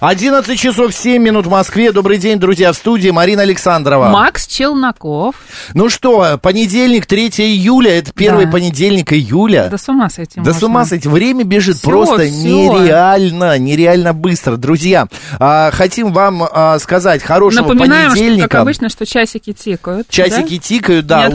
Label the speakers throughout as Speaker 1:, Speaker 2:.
Speaker 1: 11 часов 7 минут в Москве. Добрый день, друзья, в студии Марина Александрова.
Speaker 2: Макс Челноков.
Speaker 1: Ну что, понедельник, 3 июля, это первый
Speaker 2: Да.
Speaker 1: понедельник июля.
Speaker 2: Да с ума сойти
Speaker 1: Да с
Speaker 2: можно.
Speaker 1: ума сойти, время бежит
Speaker 2: Всё,
Speaker 1: просто
Speaker 2: всё.
Speaker 1: нереально, нереально быстро. Друзья, а, хотим вам а, сказать хорошего
Speaker 2: Напоминаем, что,
Speaker 1: понедельника.
Speaker 2: как обычно, что часики тикают.
Speaker 1: Часики
Speaker 2: да?
Speaker 1: тикают, да,
Speaker 2: Не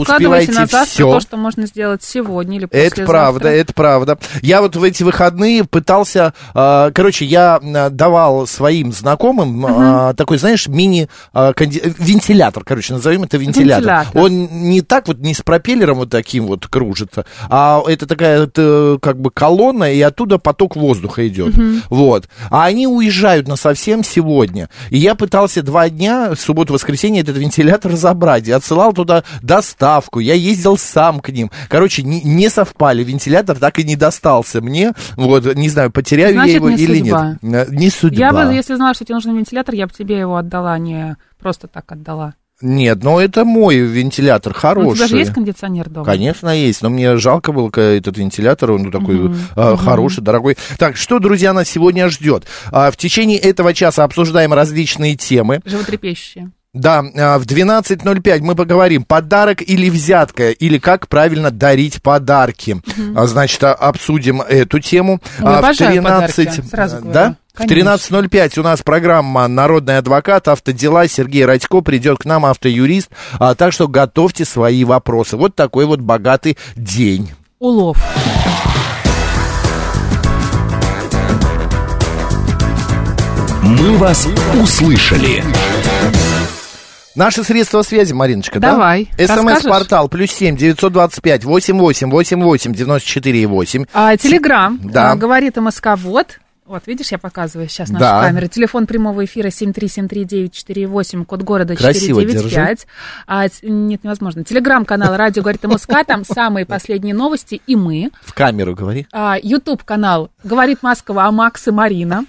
Speaker 1: успевайте
Speaker 2: откладывайте на завтра
Speaker 1: все.
Speaker 2: то, что можно сделать сегодня или
Speaker 1: Это
Speaker 2: послезавтра.
Speaker 1: правда, это правда. Я вот в эти выходные пытался, э, короче, я э, давал своим знакомым э, такой, знаешь, мини э, конди- э, вентилятор, короче, назовем это вентилятор.
Speaker 2: Вентилятор.
Speaker 1: Он не так вот не с пропеллером вот таким вот кружится, а это такая вот, э, как бы колонна и оттуда поток воздуха идет, вот. А они уезжают на совсем сегодня. И я пытался два дня, субботу, воскресенье, этот вентилятор забрать. Я отсылал туда доставку, я ездил сам к ним. Короче, не, не совпали. Вентилятор так и не достался мне. Вот, не знаю, потеряю я
Speaker 2: Значит,
Speaker 1: его
Speaker 2: не
Speaker 1: или
Speaker 2: судьба.
Speaker 1: нет. Э, Не судьба.
Speaker 2: Я бы, если знала, что тебе нужен вентилятор, я бы тебе его отдала, а не просто так отдала.
Speaker 1: Нет, но это мой вентилятор,
Speaker 2: Ну, У тебя
Speaker 1: хороший.
Speaker 2: же есть кондиционер дома?
Speaker 1: Конечно, есть, но мне жалко был к- этот вентилятор, он такой э, хороший, дорогой. Так, что, друзья, нас сегодня ждет? А, в течение этого часа обсуждаем различные темы.
Speaker 2: Животрепещущие.
Speaker 1: Да, а, в 12.05 мы поговорим, подарок или взятка, или как правильно дарить подарки. А, Значит, а, обсудим эту тему. А,
Speaker 2: Ой, Ну, обожаю подарки, сразу говорю.
Speaker 1: да? В
Speaker 2: Конечно.
Speaker 1: 13.05 у нас программа «Народный адвокат», автодела, Сергей Радько, придет к нам автоюрист, а, так что готовьте свои вопросы. Вот такой вот богатый день.
Speaker 2: Улов.
Speaker 3: «Мы вас услышали».
Speaker 1: Наши средства связи, Мариночка, да?
Speaker 2: Давай,
Speaker 1: СМС-портал плюс семь девятьсот двадцать пять восемь восемь восемь восемь девяносто четыре и восемь.
Speaker 2: А, телеграм.
Speaker 1: Да.
Speaker 2: А, говорит МСК Вот. Вот, видишь, я показываю сейчас наши
Speaker 1: Да.
Speaker 2: камеры. Телефон прямого эфира 7373948, код города
Speaker 1: Красиво
Speaker 2: 495. А, т- нет, невозможно. Телеграм-канал «Радио говорит МСК», там самые последние новости и мы.
Speaker 1: В камеру говори.
Speaker 2: А, Ютуб-канал «Говорит Москва», Макс и Марина.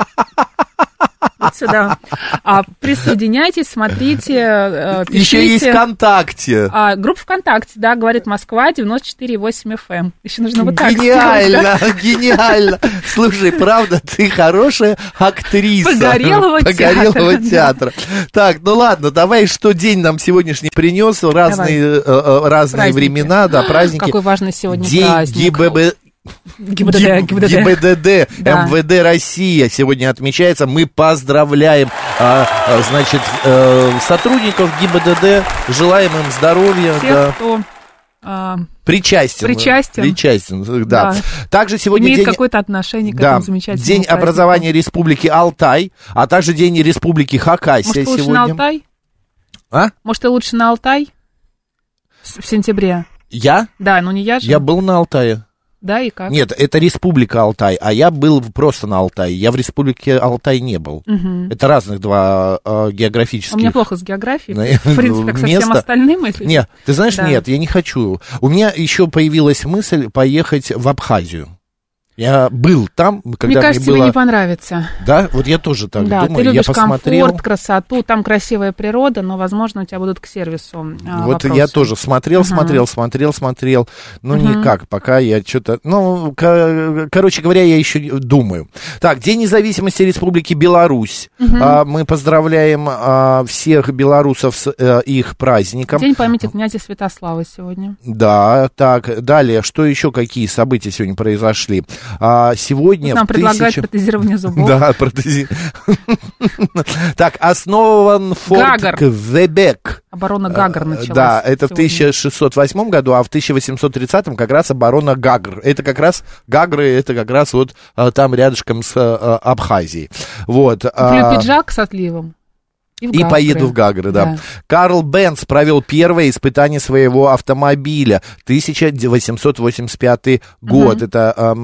Speaker 2: Вот сюда. А, присоединяйтесь, смотрите, э,
Speaker 1: Еще есть
Speaker 2: пишите.
Speaker 1: ВКонтакте.
Speaker 2: А, группа ВКонтакте, да, говорит Москва, 94,8 FM. Еще эм». нужно ну, вот так сделать, да?
Speaker 1: Гениально, гениально. Слушай, правда, ты хорошая актриса.
Speaker 2: Погорелого
Speaker 1: Погорелого
Speaker 2: театра,
Speaker 1: театра. Так, ну ладно, давай, что день нам сегодняшний принес, разные, э, э, разные
Speaker 2: Праздники.
Speaker 1: времена, да, праздники.
Speaker 2: Какой важный сегодня
Speaker 1: День
Speaker 2: праздник.
Speaker 1: ГИБДД,
Speaker 2: ГИБДД, ГИБДД.
Speaker 1: ГИБДД,
Speaker 2: Да.
Speaker 1: МВД Россия сегодня отмечается. Мы поздравляем, а, а, значит, э, сотрудников ГИБДД, желаем им здоровья.
Speaker 2: Всех,
Speaker 1: да.
Speaker 2: кто а,
Speaker 1: Причастен.
Speaker 2: Причастен.
Speaker 1: Причастен, да.
Speaker 2: Да.
Speaker 1: Также сегодня
Speaker 2: имеет
Speaker 1: день...
Speaker 2: какое-то отношение к
Speaker 1: Да.
Speaker 2: этому замечательному
Speaker 1: День
Speaker 2: празднику.
Speaker 1: образования Республики Алтай, а также День Республики Хакасия
Speaker 2: Может, ты лучше
Speaker 1: сегодня.
Speaker 2: на Алтай?
Speaker 1: А?
Speaker 2: Может, ты лучше на Алтай? С- В сентябре.
Speaker 1: Я?
Speaker 2: Да, ну не я же.
Speaker 1: Я был на Алтае.
Speaker 2: Да, и как?
Speaker 1: Нет, это Республика Алтай, а я был в- просто на Алтае. Я в Республике Алтай не был.
Speaker 2: Мгм.
Speaker 1: Это разных два э,
Speaker 2: А У
Speaker 1: географических.
Speaker 2: меня плохо с географией.
Speaker 1: Ну,
Speaker 2: В принципе, как со всем
Speaker 1: место.
Speaker 2: остальным. если-
Speaker 1: Нет, ты знаешь,
Speaker 2: Да.
Speaker 1: нет, я не хочу. У меня еще появилась мысль поехать в Абхазию. Я был там, когда
Speaker 2: Мне кажется, тебе
Speaker 1: было...
Speaker 2: не понравится.
Speaker 1: Да, вот я тоже так
Speaker 2: да,
Speaker 1: думаю.
Speaker 2: ты любишь
Speaker 1: я посмотрел.
Speaker 2: комфорт, красоту, там красивая природа, но, возможно, у тебя будут к сервису а,
Speaker 1: Вот я
Speaker 2: вопросы.
Speaker 1: тоже смотрел,
Speaker 2: Мгм.
Speaker 1: смотрел, смотрел, смотрел. Ну, никак, пока я что-то... Ну, ко- короче говоря, я еще думаю. Так, День независимости Республики Беларусь. А, мы поздравляем а, всех белорусов с э, их праздником.
Speaker 2: День памяти князя Святослава сегодня.
Speaker 1: Да, так, далее, что еще, какие события сегодня произошли? А, сегодня
Speaker 2: Нам
Speaker 1: в тысяча-
Speaker 2: предлагают протезирование зубов.
Speaker 1: Да, протези. Так, основан форт
Speaker 2: Гагар.
Speaker 1: Квебек.
Speaker 2: Оборона Гагар началась.
Speaker 1: А, Э, Да, это в
Speaker 2: сегодня.
Speaker 1: 1608 году, а в 1830 как раз оборона Гагр. Это как раз Гагры, это как раз вот э, а, там рядышком с а, а, э, Абхазией. Вот.
Speaker 2: Куплю
Speaker 1: а,
Speaker 2: пиджак с отливом. И, в
Speaker 1: И
Speaker 2: Гагры.
Speaker 1: поеду в Гагры, да.
Speaker 2: Да.
Speaker 1: Карл Бенц провел первое испытание своего автомобиля 1885 год. Это эм,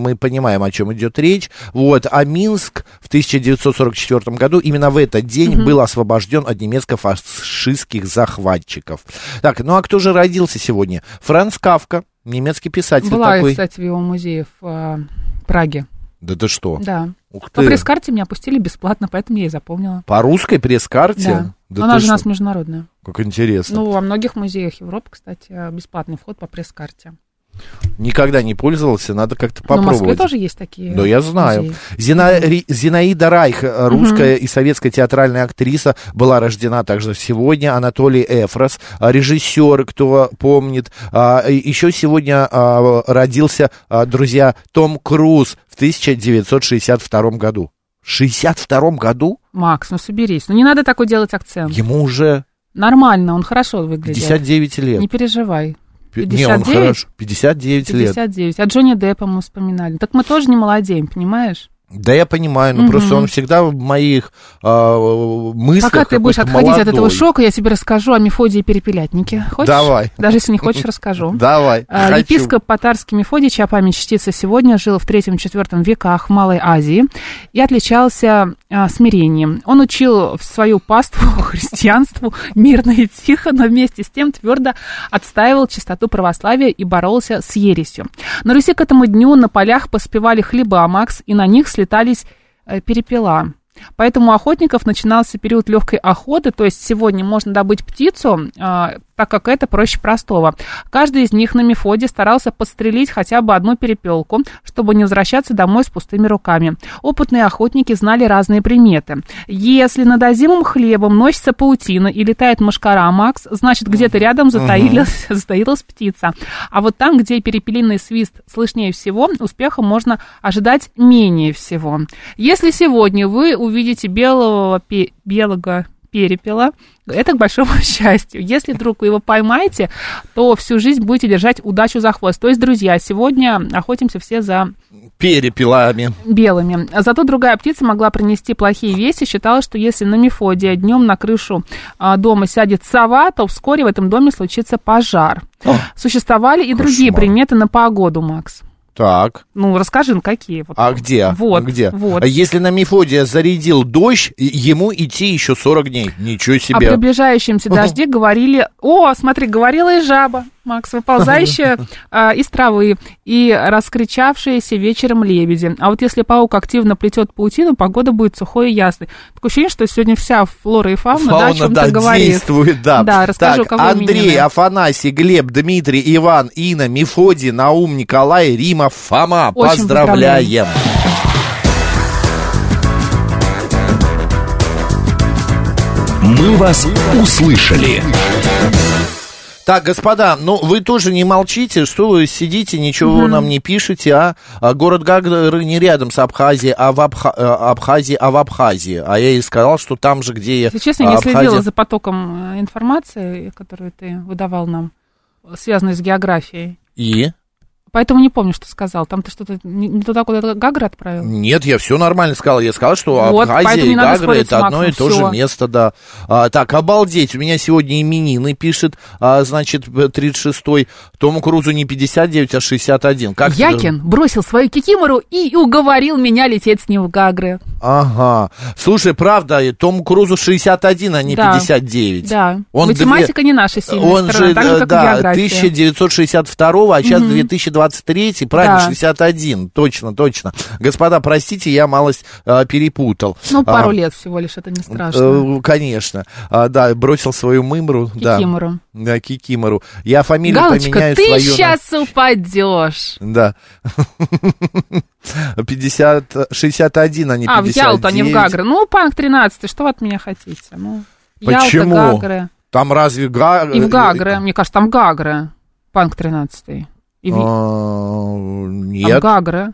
Speaker 1: мы понимаем, о чем идет речь. Вот. А Минск в 1944 году именно в этот день был освобожден от немецко-фашистских захватчиков. Так, ну а кто же родился сегодня? Франц Кавка, немецкий писатель
Speaker 2: Была, я,
Speaker 1: такой.
Speaker 2: кстати, в его музее в э, Праге.
Speaker 1: Да ты что?
Speaker 2: Да.
Speaker 1: Ух
Speaker 2: По
Speaker 1: ты.
Speaker 2: пресс-карте меня пустили бесплатно, поэтому я и запомнила.
Speaker 1: По русской пресс-карте?
Speaker 2: Да. Ну,
Speaker 1: Да
Speaker 2: Она
Speaker 1: ты
Speaker 2: же у
Speaker 1: что?
Speaker 2: нас международная.
Speaker 1: Как интересно.
Speaker 2: Ну, во многих музеях Европы, кстати, э, бесплатный вход по пресс-карте.
Speaker 1: Никогда не пользовался, надо как-то
Speaker 2: Но в
Speaker 1: попробовать.
Speaker 2: Москве тоже есть такие
Speaker 1: Да, я знаю.
Speaker 2: музеи.
Speaker 1: Зина- Ри- Зинаида Райх, э, русская и советская театральная актриса, была рождена также сегодня. Анатолий Эфрос, э, режиссер, кто помнит. А, и Еще сегодня а, родился, а, друзья, Том Круз в 1962 году. В 62 году?
Speaker 2: Макс, ну соберись. Ну не надо такой делать акцент.
Speaker 1: Ему уже
Speaker 2: Нормально, он хорошо выглядит.
Speaker 1: 59 лет.
Speaker 2: Не переживай.
Speaker 1: Пи- Не, он
Speaker 2: 59?
Speaker 1: хорошо. 59 лет.
Speaker 2: 59. А Джонни Деппа мы вспоминали. Так мы тоже не молодеем, понимаешь?
Speaker 1: Да я понимаю, но просто он всегда в моих а, мыслях
Speaker 2: Пока ты будешь
Speaker 1: какой-то
Speaker 2: отходить от этого
Speaker 1: молодой.
Speaker 2: шока, я тебе расскажу о Мефодии Перепелятнике. Хочешь?
Speaker 1: Давай.
Speaker 2: Даже если не хочешь, расскажу.
Speaker 1: Давай,
Speaker 2: А,
Speaker 1: хочу.
Speaker 2: Епископ Патарский Мефодий, чья память чтится сегодня, жил в III-IV веках в Малой Азии и отличался а, смирением. Он учил в свою паству христианству мирно и тихо, но вместе с тем твердо отстаивал чистоту православия и боролся с ересью. На Руси к этому дню на полях поспевали хлеба Макс, и на них слетались э, перепела. Поэтому у охотников начинался период легкой охоты, то есть сегодня можно добыть птицу, а, так как это проще простого. Каждый из них на мефоде старался подстрелить хотя бы одну перепелку, чтобы не возвращаться домой с пустыми руками. Опытные охотники знали разные приметы. Если над озимым хлебом носится паутина и летает мошкара, Макс, значит где-то рядом затаилась, затаилась птица. А вот там, где перепелиный свист слышнее всего, успеха можно ожидать менее всего. Если сегодня вы увидите белого, пе- белого перепела, это к большому счастью. Если вдруг вы его поймаете, то всю жизнь будете держать удачу за хвост. То есть, друзья, сегодня охотимся все за
Speaker 1: перепелами.
Speaker 2: белыми. Зато другая птица могла принести плохие вести. Считала, что если на Мефодия днем на крышу а, дома сядет сова, то вскоре в этом доме случится пожар. Существовали и другие
Speaker 1: кошмар.
Speaker 2: приметы на погоду, Макс.
Speaker 1: Так,
Speaker 2: Ну, расскажи, ну, какие? Вот.
Speaker 1: а где?
Speaker 2: Вот,
Speaker 1: где?
Speaker 2: вот.
Speaker 1: А Если на Мефодия зарядил дождь, и- ему идти еще 40 дней. Ничего
Speaker 2: О
Speaker 1: себе.
Speaker 2: приближающемся дожде А говорили... О, смотри, говорила и жаба, Макс, выползающая а, из травы и раскричавшиеся вечером лебеди. А вот если паук активно плетет паутину, погода будет сухой и ясной. Такое ощущение, что сегодня вся флора и фауна, да, о чем-то
Speaker 1: да,
Speaker 2: говорит.
Speaker 1: действует, да.
Speaker 2: Да, расскажу,
Speaker 1: так,
Speaker 2: кого
Speaker 1: Андрей, а
Speaker 2: именины.
Speaker 1: Афанасий, Глеб, Дмитрий, Иван, Инна, Мефодий, Наум, Николай, Рима, Фома.
Speaker 2: Очень
Speaker 1: поздравляем.
Speaker 3: «Мы вас услышали».
Speaker 1: Так, господа, ну вы тоже не молчите, что вы сидите, ничего нам не пишете, а, А город Гагры не рядом с Абхазией, а в Абха- э, Абхазии, а в Абхазии. А я и сказал, что там же, где я.
Speaker 2: Если честно, я не
Speaker 1: Абхазия.
Speaker 2: следила за потоком э, информации, которую ты выдавал нам, связанной с географией.
Speaker 1: И?
Speaker 2: Поэтому не помню, что сказал. Там ты что-то не не туда, куда Гагра отправил?
Speaker 1: Нет, я все нормально сказал. Я сказал, что
Speaker 2: Вот,
Speaker 1: Абхазия
Speaker 2: поэтому
Speaker 1: и
Speaker 2: не надо
Speaker 1: Гагра
Speaker 2: спорить с
Speaker 1: это одно и
Speaker 2: Максом,
Speaker 1: то же
Speaker 2: всё.
Speaker 1: место, да. А, так, обалдеть, у меня сегодня именины пишет, а, значит, 36-й. Тому Крузу не 59, а 61. Как ты-
Speaker 2: Якин бросил свою кикимору и уговорил меня лететь с ним в Гагры.
Speaker 1: Ага. Слушай, правда, и Тому Крузу 61, а не
Speaker 2: Да.
Speaker 1: 59.
Speaker 2: Да.
Speaker 1: Он
Speaker 2: Математика не наша сильная
Speaker 1: Он
Speaker 2: сторона,
Speaker 1: же,
Speaker 2: так же,
Speaker 1: э,
Speaker 2: как и
Speaker 1: да,
Speaker 2: география.
Speaker 1: 1962, а сейчас 2023, правильно,
Speaker 2: Да.
Speaker 1: 61, точно, точно. Господа, простите, я малость э, перепутал.
Speaker 2: Ну, пару
Speaker 1: А,
Speaker 2: лет всего лишь, это не страшно.
Speaker 1: Э, Конечно. А, да, бросил свою мымру. да.
Speaker 2: Кикимору.
Speaker 1: Да, кикимору. Я фамилию
Speaker 2: Галочка,
Speaker 1: поменяю
Speaker 2: ты
Speaker 1: свою. на-
Speaker 2: сейчас упадешь.
Speaker 1: Да. 50, 61, а не 59.
Speaker 2: А, в Ялту, а не в Гагры. Ну, Панк 13, что вы от меня хотите? Ну,
Speaker 1: Почему? Э,
Speaker 2: Ялта, Гагры.
Speaker 1: Там разве Гагры?
Speaker 2: И в Гагры, мне кажется, там Гагры, Панк 13. И
Speaker 1: А,
Speaker 2: в... там
Speaker 1: Нет.
Speaker 2: Гагры.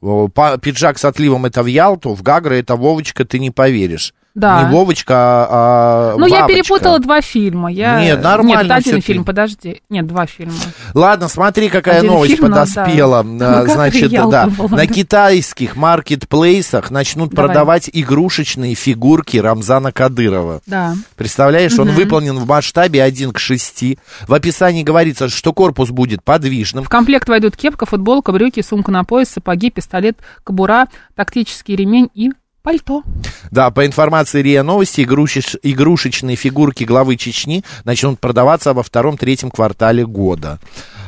Speaker 1: О, па- Пиджак с отливом это в Ялту, в Гагры это Вовочка, ты не поверишь.
Speaker 2: Да.
Speaker 1: Не Вовочка, а, а
Speaker 2: Ну, я
Speaker 1: Вавочка.
Speaker 2: перепутала два фильма. Я...
Speaker 1: Нет, нормально
Speaker 2: Нет, это один
Speaker 1: всё-таки.
Speaker 2: фильм, подожди. Нет, два фильма.
Speaker 1: Ладно, смотри, какая
Speaker 2: Один
Speaker 1: новость
Speaker 2: фильм, но
Speaker 1: подоспела.
Speaker 2: да.
Speaker 1: А,
Speaker 2: Ну, как
Speaker 1: Значит,
Speaker 2: я
Speaker 1: да,
Speaker 2: удавала.
Speaker 1: на китайских маркетплейсах начнут
Speaker 2: Давай.
Speaker 1: продавать игрушечные фигурки Рамзана Кадырова.
Speaker 2: Да.
Speaker 1: Представляешь, он выполнен в масштабе 1 к 6. В описании говорится, что корпус будет подвижным.
Speaker 2: В комплект войдут кепка, футболка, брюки, сумка на пояс, сапоги, пистолет, кобура, тактический ремень и пальто.
Speaker 1: Да, по информации РИА Новости, игрушеч- игрушечные фигурки главы Чечни начнут продаваться во втором-третьем квартале года.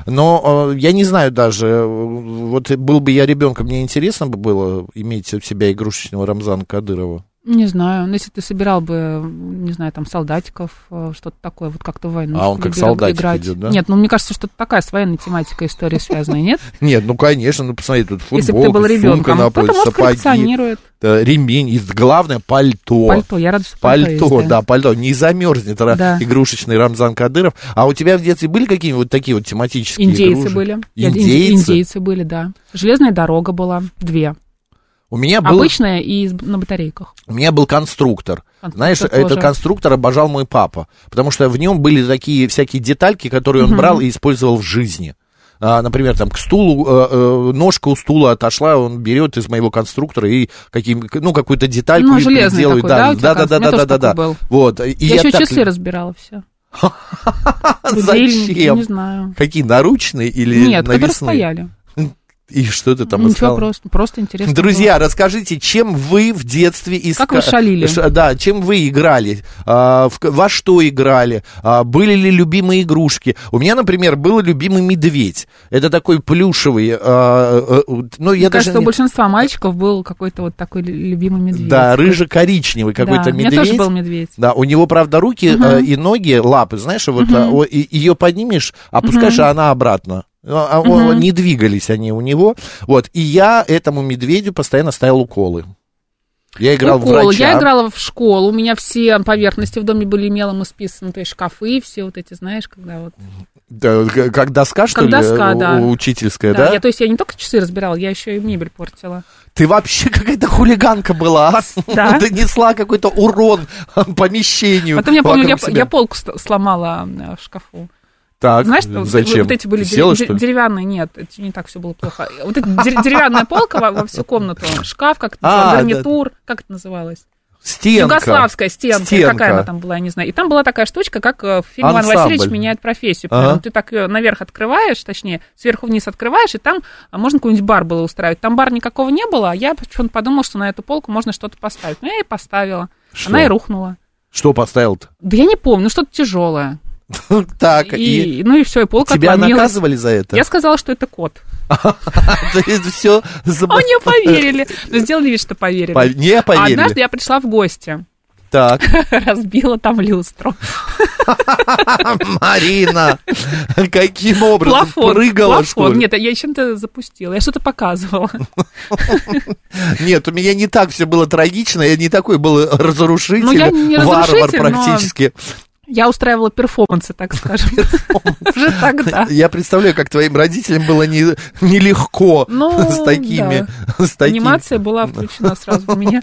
Speaker 1: Но э, я не знаю даже, э, вот был бы я ребенком, мне интересно бы было иметь у себя игрушечного Рамзана Кадырова.
Speaker 2: Не знаю, ну если ты собирал бы, не знаю, там солдатиков, э, что-то такое, вот как-то в войну.
Speaker 1: А он
Speaker 2: чтобы
Speaker 1: как
Speaker 2: любил
Speaker 1: солдатик
Speaker 2: играть.
Speaker 1: идет, да?
Speaker 2: Нет, ну мне кажется, что это такая с военной тематикой история связанная, нет?
Speaker 1: Нет, ну конечно, ну посмотри, тут
Speaker 2: Если бы ты был
Speaker 1: футболка, сумка
Speaker 2: ребенком.
Speaker 1: на
Speaker 2: Кто-то,
Speaker 1: пояс,
Speaker 2: может,
Speaker 1: сапоги,
Speaker 2: коллекционирует
Speaker 1: э, ремень, и главное пальто.
Speaker 2: пальто. Я рада, что пальто
Speaker 1: Пальто,
Speaker 2: есть,
Speaker 1: да, пальто. Не замерзнет ра-
Speaker 2: Да.
Speaker 1: игрушечный Рамзан Кадыров. А у тебя в детстве были какие-нибудь вот такие вот тематические
Speaker 2: Индейцы
Speaker 1: игрушки?
Speaker 2: были. Я- инди-
Speaker 1: Индейцы?
Speaker 2: Индейцы были, да. Железная дорога была, две.
Speaker 1: У меня был,
Speaker 2: Обычная и с- на батарейках.
Speaker 1: у меня был конструктор.
Speaker 2: Конструктор
Speaker 1: Знаешь,
Speaker 2: тоже.
Speaker 1: этот конструктор обожал мой папа, потому что в нем были такие всякие детальки, которые он брал и использовал в жизни. А, Например, там к стулу, э, э, ножка у стула отошла, он берет из моего конструктора и каким, ну, какую-то детальку
Speaker 2: Ну,
Speaker 1: и
Speaker 2: железный
Speaker 1: приделывает.
Speaker 2: такой, да, у тебя
Speaker 1: да, да, да,
Speaker 2: конструктор? У меня
Speaker 1: да, да,
Speaker 2: тоже
Speaker 1: да, да.
Speaker 2: такой был.
Speaker 1: Вот. И
Speaker 2: я еще
Speaker 1: так- А
Speaker 2: часы разбирала все. Будильники,
Speaker 1: Зачем?
Speaker 2: Не знаю.
Speaker 1: Какие, наручные или
Speaker 2: Нет, которые
Speaker 1: навесные?
Speaker 2: стояли.
Speaker 1: И что ты там
Speaker 2: Ничего,
Speaker 1: искала?
Speaker 2: просто, просто интересно.
Speaker 1: Друзья, расскажите, чем вы в детстве искали?
Speaker 2: Как вы шалили?
Speaker 1: Да, чем вы играли? А, в к- во что играли? А, были ли любимые игрушки? У меня, например, был любимый медведь. Это такой плюшевый. а, э, э, ну, я даже
Speaker 2: Мне кажется, у
Speaker 1: не-
Speaker 2: большинства мальчиков был какой-то вот такой лю- любимый медведь.
Speaker 1: Да, рыжо-коричневый какой-то
Speaker 2: Да, У
Speaker 1: медведь.
Speaker 2: меня тоже был медведь.
Speaker 1: Да, у него, правда, руки э, и ноги, лапы, знаешь, вот а, ее поднимешь, опускаешь, а она обратно. А, а, о, Не двигались они у него. Вот, и я этому медведю постоянно ставил уколы. Я играл в
Speaker 2: Уколы.
Speaker 1: врача.
Speaker 2: Ну, Я играла в школу, у меня все поверхности в доме были мелом исписаны, то есть шкафы, все вот эти, знаешь, когда вот...
Speaker 1: Да, к- как доска, что
Speaker 2: Как
Speaker 1: ли,
Speaker 2: доска,
Speaker 1: у-
Speaker 2: да.
Speaker 1: у- учительская, да?
Speaker 2: я, то есть я не только часы разбирала, я еще и мебель портила.
Speaker 1: Ты вообще какая-то хулиганка была, а?
Speaker 2: Да.
Speaker 1: Ты несла какой-то урон помещению
Speaker 2: Потом я помню, я,
Speaker 1: вокруг себя.
Speaker 2: я полку с- сломала э, в шкафу.
Speaker 1: Так,
Speaker 2: Знаешь, что
Speaker 1: А зачем?
Speaker 2: вот эти были дерев-
Speaker 1: Села,
Speaker 2: дер-
Speaker 1: что ли?
Speaker 2: деревянные, нет, это не так все было плохо. Вот эта дер- деревянная полка во, во всю комнату, шкаф, как это
Speaker 1: А,
Speaker 2: называлось,
Speaker 1: да.
Speaker 2: гарнитур, как это называлось?
Speaker 1: Стенка.
Speaker 2: Югославская стенка,
Speaker 1: Стенка.
Speaker 2: какая она там была, я не знаю. И там была такая штучка, как э, в фильме Иван
Speaker 1: Ансамбль.
Speaker 2: Васильевич меняет профессию.
Speaker 1: Ага.
Speaker 2: Поэтому Ты так ее наверх открываешь, точнее, сверху вниз открываешь, и там а, можно какой-нибудь бар было устраивать. Там бар никакого не было, а я почему-то подумала, что на эту полку можно что-то поставить. Ну, я и поставила.
Speaker 1: Что?
Speaker 2: Она и рухнула.
Speaker 1: Что поставил-то?
Speaker 2: Да я не помню, ну, что-то тяжелое.
Speaker 1: Так, и...
Speaker 2: И, ну и все, и полка
Speaker 1: Тебя
Speaker 2: отломилась.
Speaker 1: наказывали за это?
Speaker 2: Я сказала, что это кот.
Speaker 1: Это все
Speaker 2: А не поверили. Но Ну, сделали вид, что поверили.
Speaker 1: Не
Speaker 2: А
Speaker 1: поверили.
Speaker 2: однажды я пришла в гости,
Speaker 1: Так,
Speaker 2: разбила там люстру.
Speaker 1: Марина, каким образом
Speaker 2: Плафон.
Speaker 1: прыгала,
Speaker 2: плафон.
Speaker 1: что ли?
Speaker 2: Нет, я чем-то запустила, я что-то показывала.
Speaker 1: Нет, у меня не так все было трагично, я не такой был э, разрушитель,
Speaker 2: Ну, я не
Speaker 1: варвар
Speaker 2: разрушитель, но-
Speaker 1: практически.
Speaker 2: Я устраивала перформансы, так скажем. Уже тогда.
Speaker 1: Я представляю, как твоим родителям было не- нелегко
Speaker 2: Ну,
Speaker 1: с такими... С такими.
Speaker 2: Анимация была включена сразу у меня.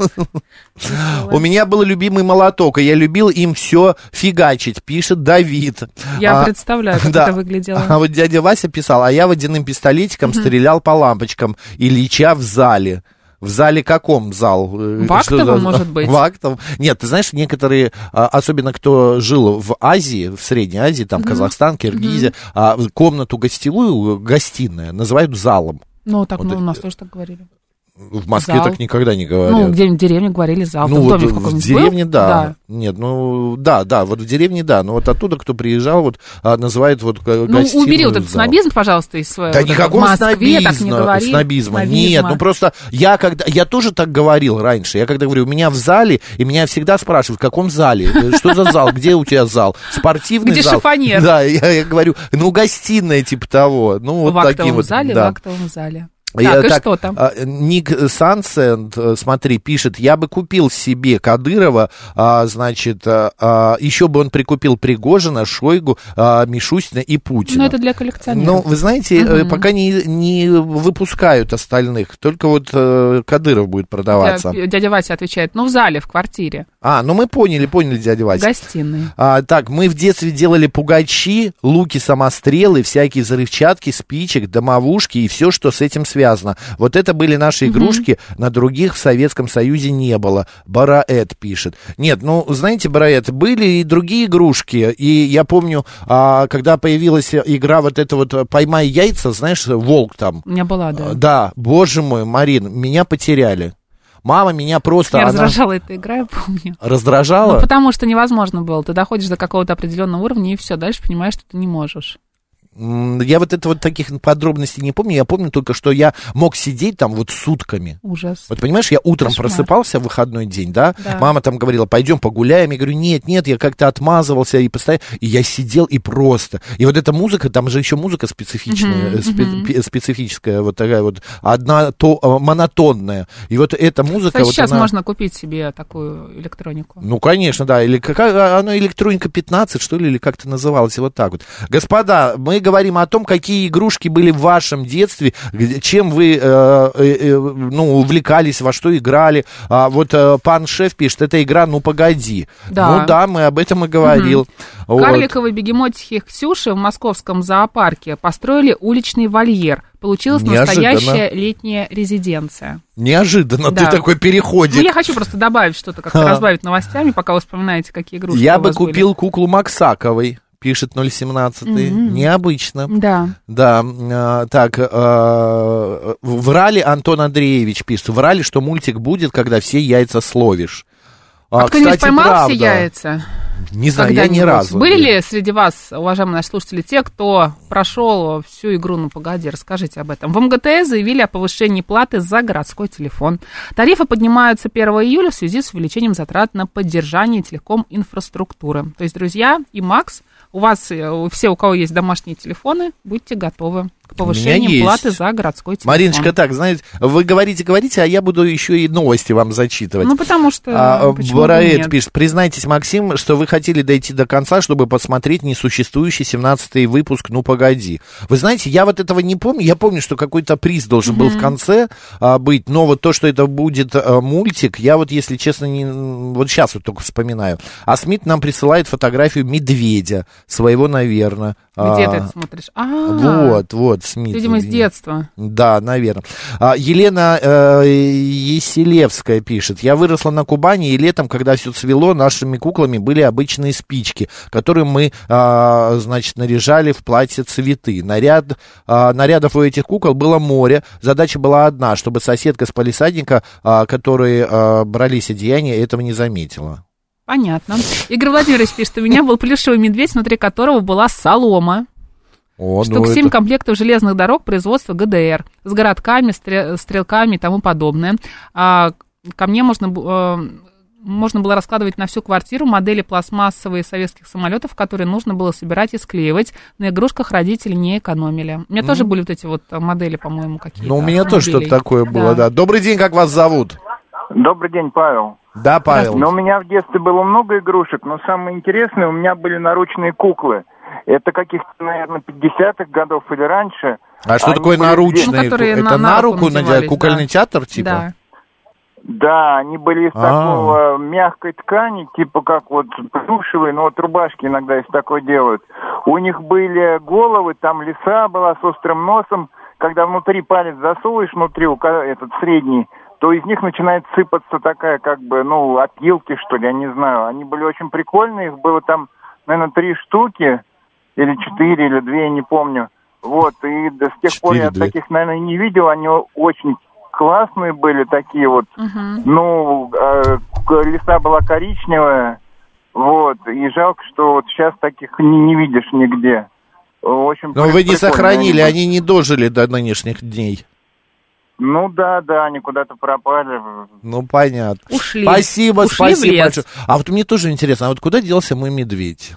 Speaker 1: У меня был любимый молоток, и я любил им все фигачить, пишет Давид.
Speaker 2: Я
Speaker 1: А,
Speaker 2: представляю, как
Speaker 1: да.
Speaker 2: это выглядело.
Speaker 1: А вот дядя Вася писал, а я водяным пистолетиком стрелял по лампочкам Ильича в зале. В зале каком зал? Э,
Speaker 2: В
Speaker 1: что
Speaker 2: актовом,
Speaker 1: за-
Speaker 2: может быть?
Speaker 1: В актовом. Нет, ты знаешь, некоторые, а, особенно кто жил в Азии, в Средней Азии, там Казахстан, Киргизия, а, в комнату гостевую, э, гостиная, называют залом.
Speaker 2: Ну, так, ну,
Speaker 1: Вот,
Speaker 2: у нас тоже так говорили.
Speaker 1: В Москве
Speaker 2: Зал.
Speaker 1: так никогда не говорят.
Speaker 2: Ну, где-нибудь в деревне говорили зал.
Speaker 1: Ну,
Speaker 2: Ты в
Speaker 1: вот
Speaker 2: доме в
Speaker 1: в
Speaker 2: каком-нибудь был?
Speaker 1: деревне, да. Нет, ну, да, да, вот в деревне, да. Но вот оттуда, кто приезжал, вот а, называют вот г-
Speaker 2: Ну,
Speaker 1: гостиную
Speaker 2: убери вот этот
Speaker 1: зал.
Speaker 2: снобизм, пожалуйста, из своего.
Speaker 1: Да
Speaker 2: э, вот этого.
Speaker 1: никакого
Speaker 2: в Москве
Speaker 1: снобизма,
Speaker 2: так не говори.
Speaker 1: снобизма. Нет, ну просто я когда я тоже так говорил раньше. Я когда говорю, у меня в зале, и меня всегда спрашивают, в каком зале, Э, что за зал, где у тебя зал, спортивный
Speaker 2: Где
Speaker 1: зал.
Speaker 2: шифоньер?
Speaker 1: Да, я, я говорю, ну гостиная типа того, ну вот
Speaker 2: в
Speaker 1: таким
Speaker 2: актовом
Speaker 1: вот.
Speaker 2: зале, в
Speaker 1: да.
Speaker 2: актовом зале. Так,
Speaker 1: Я
Speaker 2: и что там? Ну,
Speaker 1: а, Ник Сансенд, э, смотри, пишет, я бы купил себе Кадырова, а, значит, а, а, еще бы он прикупил Пригожина, Шойгу, а, Мишустина и Путина.
Speaker 2: Ну, это для
Speaker 1: Ну,
Speaker 2: коллекционеров.
Speaker 1: вы знаете, э, пока не, не выпускают остальных, только вот э, Кадыров будет продаваться.
Speaker 2: Дядя дядя Вася отвечает, ну, в зале, в квартире,
Speaker 1: А, ну мы поняли, поняли, дядя
Speaker 2: в
Speaker 1: Вася.
Speaker 2: гостиной.
Speaker 1: А, так, мы в детстве делали пугачи, луки, самострелы, всякие взрывчатки, спичек, домовушки и все, что с этим связано. Вот это были наши игрушки, на других в Советском Союзе не было. Бараэт пишет. Нет, ну, знаете, Бараэт, были и другие игрушки. И я помню, а, когда появилась игра вот эта вот «Поймай яйца», знаешь, волк там.
Speaker 2: У меня была,
Speaker 1: А, Да.
Speaker 2: да.
Speaker 1: боже мой, Марин, меня потеряли. Мама меня просто...
Speaker 2: Меня
Speaker 1: она
Speaker 2: раздражала эта игра, я помню.
Speaker 1: раздражала?
Speaker 2: Ну, потому что невозможно было. Ты доходишь до какого-то определенного уровня, и все, дальше понимаешь, что ты не можешь.
Speaker 1: М, Я вот это вот таких подробностей не помню. Я помню только, что я мог сидеть там вот сутками.
Speaker 2: Ужас.
Speaker 1: Вот понимаешь, я утром
Speaker 2: Кошмар.
Speaker 1: просыпался в выходной день, да?
Speaker 2: Да.
Speaker 1: Мама там говорила, пойдем погуляем. Я говорю, нет, нет, я как-то отмазывался и постоянно... И я сидел и просто... И вот эта музыка, там же еще музыка специфичная,
Speaker 2: Мгм,
Speaker 1: э, спе- пе- специфическая, вот такая вот, одна, то, э, монотонная. И вот эта музыка...
Speaker 2: Кстати,
Speaker 1: вот
Speaker 2: сейчас
Speaker 1: она-
Speaker 2: можно купить себе такую электронику.
Speaker 1: ну, конечно, да. Или какая а, оно электроника 15, что ли, или как-то называлось, вот так вот. Господа, мы говорим о том, какие игрушки были в вашем детстве, где- чем вы э, э, э, ну, увлекались, во что играли. А вот э, пан Шеф пишет: это игра Ну погоди.
Speaker 2: Да.
Speaker 1: Ну да, мы об этом и говорил. Ну Вот.
Speaker 2: Карликовые бегемотихи Ксюши в московском зоопарке построили уличный вольер. Получилась
Speaker 1: Неожиданно.
Speaker 2: настоящая летняя резиденция.
Speaker 1: Неожиданно
Speaker 2: Да.
Speaker 1: ты такой переходик.
Speaker 2: Ну, я хочу просто добавить что-то, как-то разбавить новостями, пока вы вспоминаете, какие игрушки
Speaker 1: Я
Speaker 2: у
Speaker 1: бы
Speaker 2: вас были.
Speaker 1: купил куклу Максаковой, пишет 017. Необычно.
Speaker 2: Да.
Speaker 1: Да, э, так, э, врали, Антон Андреевич пишет, врали, что мультик будет, когда все яйца словишь.
Speaker 2: А,
Speaker 1: А,
Speaker 2: кто-нибудь
Speaker 1: кстати,
Speaker 2: поймал
Speaker 1: правда.
Speaker 2: все яйца?
Speaker 1: Не знаю, я ни
Speaker 2: Когда-нибудь?
Speaker 1: разу.
Speaker 2: Были ли среди вас, уважаемые наши слушатели, те, кто прошел всю игру «Ну, погоди», расскажите об этом. В МГТС заявили о повышении платы за городской телефон. Тарифы поднимаются 1 июля в связи с увеличением затрат на поддержание телеком-инфраструктуры. То есть, друзья и Макс, у вас, э, все, у кого есть домашние телефоны, будьте готовы к повышению
Speaker 1: есть.
Speaker 2: платы за городской телефон.
Speaker 1: Мариночка, так, знаете, вы говорите, говорите, а я буду еще и новости вам зачитывать.
Speaker 2: Ну, потому что...
Speaker 1: А,
Speaker 2: почему бы
Speaker 1: Бараэт
Speaker 2: нет?
Speaker 1: пишет, признайтесь, Максим, что вы хотели дойти до конца, чтобы посмотреть несуществующий 17-й выпуск «Ну, погоди». Вы знаете, я вот этого не помню. Я помню, что какой-то приз должен был в конце а, быть, но вот то, что это будет а, мультик, я вот, если честно, не... вот сейчас вот только вспоминаю. А Смит нам присылает фотографию медведя своего, наверное.
Speaker 2: Где ты это смотришь? А,
Speaker 1: Вот, вот, Смит.
Speaker 2: Видимо, с
Speaker 1: извини.
Speaker 2: детства.
Speaker 1: Да, наверное. А, Елена э, Еселевская пишет. Я выросла на Кубани, и летом, когда все цвело, нашими куклами были обычные спички, которые мы, а, значит, наряжали в платье цветы. Наряд, а, нарядов у этих кукол было море. Задача была одна, чтобы соседка с полисадника, а, которые а, брались одеяния, этого не заметила.
Speaker 2: Понятно. Игорь Владимирович пишет, у меня был плюшевый медведь, внутри которого была солома.
Speaker 1: О,
Speaker 2: Штук
Speaker 1: ну
Speaker 2: семь
Speaker 1: это-
Speaker 2: комплектов железных дорог производства ГДР. С городками, стре- стрелками и тому подобное. А, ко мне можно... бу- э, можно было раскладывать на всю квартиру модели пластмассовые советских самолетов, которые нужно было собирать и склеивать. На игрушках родители не экономили. У меня тоже были вот эти вот э, модели, по-моему, какие-то.
Speaker 1: Ну, у меня тоже что-то
Speaker 2: автомобилей.
Speaker 1: такое было, да. Добрый день, как вас зовут?
Speaker 4: Добрый день, Павел.
Speaker 1: Да, Павел.
Speaker 4: Ну, у меня в детстве было много игрушек, но самое интересное, у меня были наручные куклы. Это каких-то, наверное, 50-х годов или раньше.
Speaker 1: А что
Speaker 4: Они
Speaker 1: такое
Speaker 4: были
Speaker 1: наручные?
Speaker 2: Ну, которые
Speaker 1: Это
Speaker 2: на-
Speaker 1: на,
Speaker 2: на руку
Speaker 1: руку надевали?
Speaker 2: надевались,
Speaker 1: Кукольный
Speaker 2: да.
Speaker 1: театр, типа?
Speaker 2: Да.
Speaker 4: Да, они были из
Speaker 1: А.
Speaker 4: такого мягкой ткани, типа как вот плюшевые, но вот рубашки иногда из такой делают. У них были головы, там лиса была с острым носом. Когда внутри палец засовываешь, внутри у ка- этот средний, то из них начинает сыпаться такая, как бы, ну, опилки, что ли, я не знаю. Они были очень прикольные, их было там, наверное, три штуки, или четыре, или две, я не помню. Вот, и до- с тех пор
Speaker 1: Четыре,
Speaker 4: я
Speaker 1: две.
Speaker 4: таких, наверное, не видел, они о- очень классные были такие вот
Speaker 2: Мгм.
Speaker 4: ну, э, к- лиса была коричневая, вот, и жалко, что вот сейчас таких не, не видишь нигде. В общем,
Speaker 1: Но Ну, вы не
Speaker 4: прикольные
Speaker 1: сохранили,
Speaker 4: были.
Speaker 1: они не дожили до нынешних дней.
Speaker 4: Ну да, да, они куда-то пропали.
Speaker 1: Ну, понятно.
Speaker 2: Ушли.
Speaker 1: Спасибо,
Speaker 2: Ушли в
Speaker 1: спасибо
Speaker 2: лес.
Speaker 1: большое. А вот мне тоже интересно, а вот куда делся мой медведь?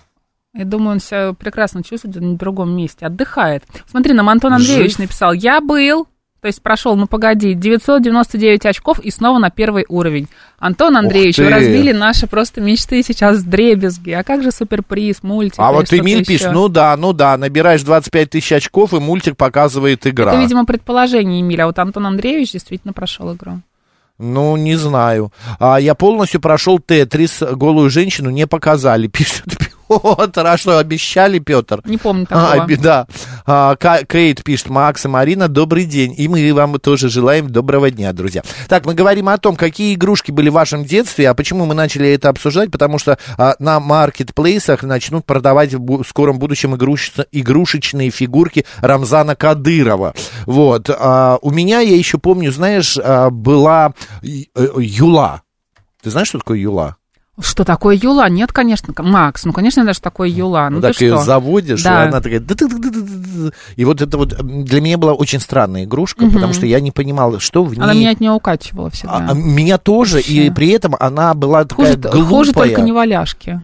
Speaker 2: Я думаю, он себя прекрасно чувствует на другом месте, отдыхает. Смотри, нам Антон Андреевич
Speaker 1: Жив.
Speaker 2: написал, я был, То есть прошел, ну погоди, 999 очков и снова на первый уровень. Антон Андреевич,
Speaker 1: ты.
Speaker 2: вы разбили наши просто мечты сейчас в дребезги. А как же суперприз, мультик?
Speaker 1: А
Speaker 2: или
Speaker 1: вот
Speaker 2: что-то
Speaker 1: Эмиль
Speaker 2: еще?
Speaker 1: пишет, ну да, ну да, набираешь 25 тысяч очков, и мультик показывает игра.
Speaker 2: Это, видимо, предположение Эмиля. А вот Антон Андреевич действительно прошел игру.
Speaker 1: Ну, не знаю. А, я полностью прошел Тетрис, голую женщину не показали, пишет Петр. А что, обещали, Петр?
Speaker 2: Не помню
Speaker 1: А,
Speaker 2: такого.
Speaker 1: беда. А, Ка- Кейт пишет, Макс и Марина, добрый день. И мы вам тоже желаем доброго дня, друзья. Так, мы говорим о том, какие игрушки были в вашем детстве, а почему мы начали это обсуждать, потому что а, на маркетплейсах начнут продавать в бу- скором будущем игрушечно- игрушечные фигурки Рамзана Кадырова. Вот. А, у меня, я еще помню, знаешь, а, была и- э, Юла. Ты знаешь, что такое Юла?
Speaker 2: Что такое Юла? Нет, конечно. Макс, ну, конечно, даже такое Юла. Ну,
Speaker 1: Ну,
Speaker 2: ты
Speaker 1: так ее
Speaker 2: что?
Speaker 1: заводишь,
Speaker 2: Да.
Speaker 1: и она такая... «ды-ды-ды-ды-ды-ды». И вот это вот м, для меня была очень странная игрушка, потому что я не понимала, что в ней...
Speaker 2: Она меня от нее укачивала
Speaker 1: А,
Speaker 2: всегда.
Speaker 1: а меня тоже, и
Speaker 2: Вообще.
Speaker 1: при этом она была такая
Speaker 2: хуже,
Speaker 1: глупая.
Speaker 2: хуже только неваляшки.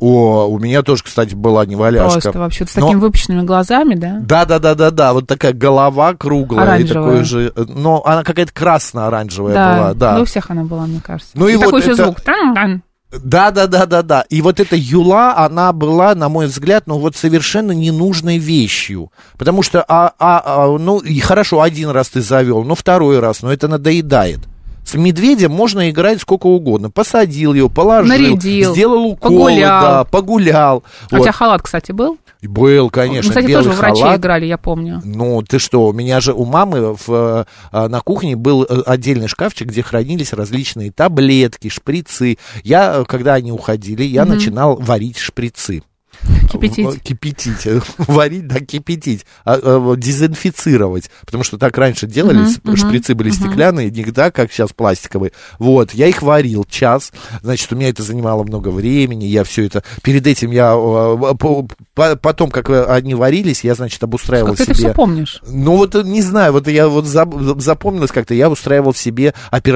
Speaker 1: О, у меня тоже, кстати, была неваляшка.
Speaker 2: Просто вообще. С
Speaker 1: Но-
Speaker 2: такими выпущенными глазами, да?
Speaker 1: Да, да, да, да, да. Вот такая голова круглая
Speaker 2: Оранжевая.
Speaker 1: и такой же. э, Но она какая-то красно-оранжевая была,
Speaker 2: Да,
Speaker 1: да.
Speaker 2: ну, у всех она была, мне кажется.
Speaker 1: Ну и вот
Speaker 2: такой еще
Speaker 1: это-
Speaker 2: звук. Тран-ран.
Speaker 1: Да, да, да, да, да. И вот эта юла, она была, на мой взгляд, ну вот совершенно ненужной вещью. Потому что, а, а, а, ну, и хорошо, один раз ты завел, ну, второй раз, но это надоедает. С медведем можно играть сколько угодно. Посадил его, положил,
Speaker 2: Нарядил,
Speaker 1: сделал уколы,
Speaker 2: погулял.
Speaker 1: да, погулял.
Speaker 2: А у тебя халат, кстати, был?
Speaker 1: Был, конечно,
Speaker 2: Мы, Ну, кстати,
Speaker 1: белый
Speaker 2: тоже в врачей
Speaker 1: халат.
Speaker 2: играли, я помню.
Speaker 1: Ну, ты что, у меня же у мамы в, э, а, на кухне был э, отдельный шкафчик, где хранились различные таблетки, шприцы. Я, э, когда они уходили, я начинал варить шприцы. В-
Speaker 2: Кипятить.
Speaker 1: Кипятить. э, Варить, да, кипятить. А, э, вот Дезинфицировать. Потому что так раньше делали, с- шприцы были стеклянные, не да, как сейчас пластиковые. Вот, я их варил час. Значит, у меня это занимало много времени, я все это... Перед этим я... э, по- по- Потом, как э, они варились, я, значит, обустраивал
Speaker 2: Как ты
Speaker 1: себе...
Speaker 2: это все помнишь?
Speaker 1: Ну вот э, не знаю, вот я вот заб- запомнилось как-то, я устраивал себе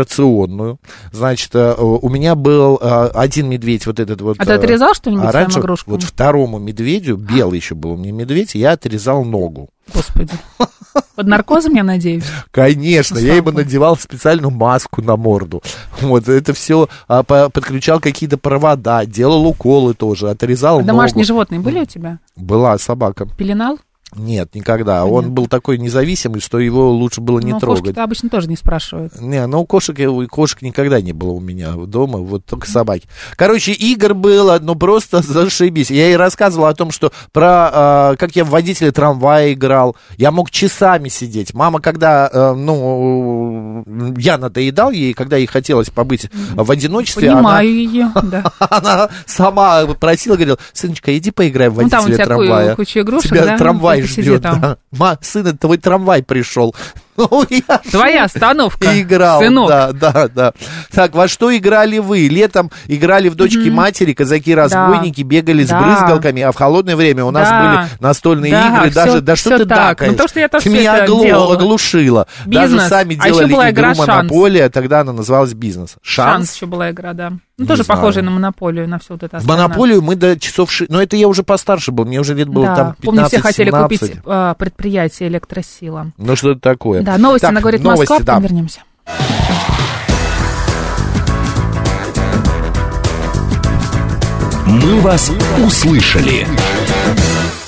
Speaker 1: операционную. Значит, э, у меня был э, один медведь вот этот вот.
Speaker 2: А ты
Speaker 1: э,
Speaker 2: отрезал что-нибудь своим
Speaker 1: оранжевый.
Speaker 2: игрушкам?
Speaker 1: Вот второму медведю, белый еще был у меня медведь, я отрезал ногу.
Speaker 2: Господи. Под наркозом, я надеюсь?
Speaker 1: Конечно,
Speaker 2: Ну,
Speaker 1: я
Speaker 2: слава
Speaker 1: ему
Speaker 2: богу.
Speaker 1: надевал специальную маску на морду. Вот это все подключал какие-то провода, делал уколы тоже, отрезал
Speaker 2: А домашние
Speaker 1: ногу.
Speaker 2: животные были у тебя?
Speaker 1: Была собака.
Speaker 2: Пеленал?
Speaker 1: Нет, никогда. Он
Speaker 2: Понятно.
Speaker 1: был такой независимый, что его лучше было не
Speaker 2: ну,
Speaker 1: трогать.
Speaker 2: кошки-то обычно тоже не спрашивают.
Speaker 1: Не, ну кошек, я- у кошек никогда не было у меня дома, вот только собаки. Короче, игр было, ну просто зашибись. Я и рассказывал о том, что про, а, как я в водителя трамвая играл, я мог часами сидеть. Мама, когда, э, ну, я надоедал ей, когда ей хотелось побыть в одиночестве, она,
Speaker 2: Понимаю ее, да.
Speaker 1: она сама просила, говорила, сыночка, иди поиграй в
Speaker 2: Ну, там у
Speaker 1: водителя
Speaker 2: тебя ку-
Speaker 1: трамвая.
Speaker 2: куча игрушек,
Speaker 1: Тебя
Speaker 2: да?
Speaker 1: трамвай
Speaker 2: Ты сиди
Speaker 1: ждет,
Speaker 2: там.
Speaker 1: да. Ма, сын, твой трамвай пришел. Ну, я
Speaker 2: Твоя остановка,
Speaker 1: и играл,
Speaker 2: сынок.
Speaker 1: да, да, да. Так, во что играли вы? Летом играли в дочки матери, казаки-разбойники, бегали с
Speaker 2: Да.
Speaker 1: брызгалками, а в холодное время у нас
Speaker 2: Да.
Speaker 1: были настольные
Speaker 2: Да,
Speaker 1: игры,
Speaker 2: всё-
Speaker 1: даже, да что
Speaker 2: всё
Speaker 1: ты
Speaker 2: так. Ну,
Speaker 1: дакаешь?
Speaker 2: потому что я тоже
Speaker 1: Ты
Speaker 2: всё
Speaker 1: меня
Speaker 2: это
Speaker 1: огло-
Speaker 2: делала.
Speaker 1: оглушила. Даже
Speaker 2: Бизнес.
Speaker 1: сами
Speaker 2: А ещё
Speaker 1: делали
Speaker 2: была
Speaker 1: игру
Speaker 2: игра «Шанс».
Speaker 1: «Монополия», тогда она называлась «Бизнес».
Speaker 2: Шанс
Speaker 1: «Шанс»?
Speaker 2: еще была игра, да.
Speaker 1: Не
Speaker 2: Ну, тоже
Speaker 1: знаю.
Speaker 2: похожая на монополию, на все вот это
Speaker 1: В
Speaker 2: остальное.
Speaker 1: «Монополию» мы до часов... ши- Но это я уже постарше был, мне уже лет было
Speaker 2: да.
Speaker 1: там 15
Speaker 2: Помню, все хотели
Speaker 1: 17.
Speaker 2: купить э, предприятие электросила.
Speaker 1: Ну, что-то такое.
Speaker 2: Да, новости,
Speaker 1: Так,
Speaker 2: она говорит,
Speaker 1: новости,
Speaker 2: Москва,
Speaker 1: да.
Speaker 2: потом вернемся.
Speaker 3: «Мы вас услышали».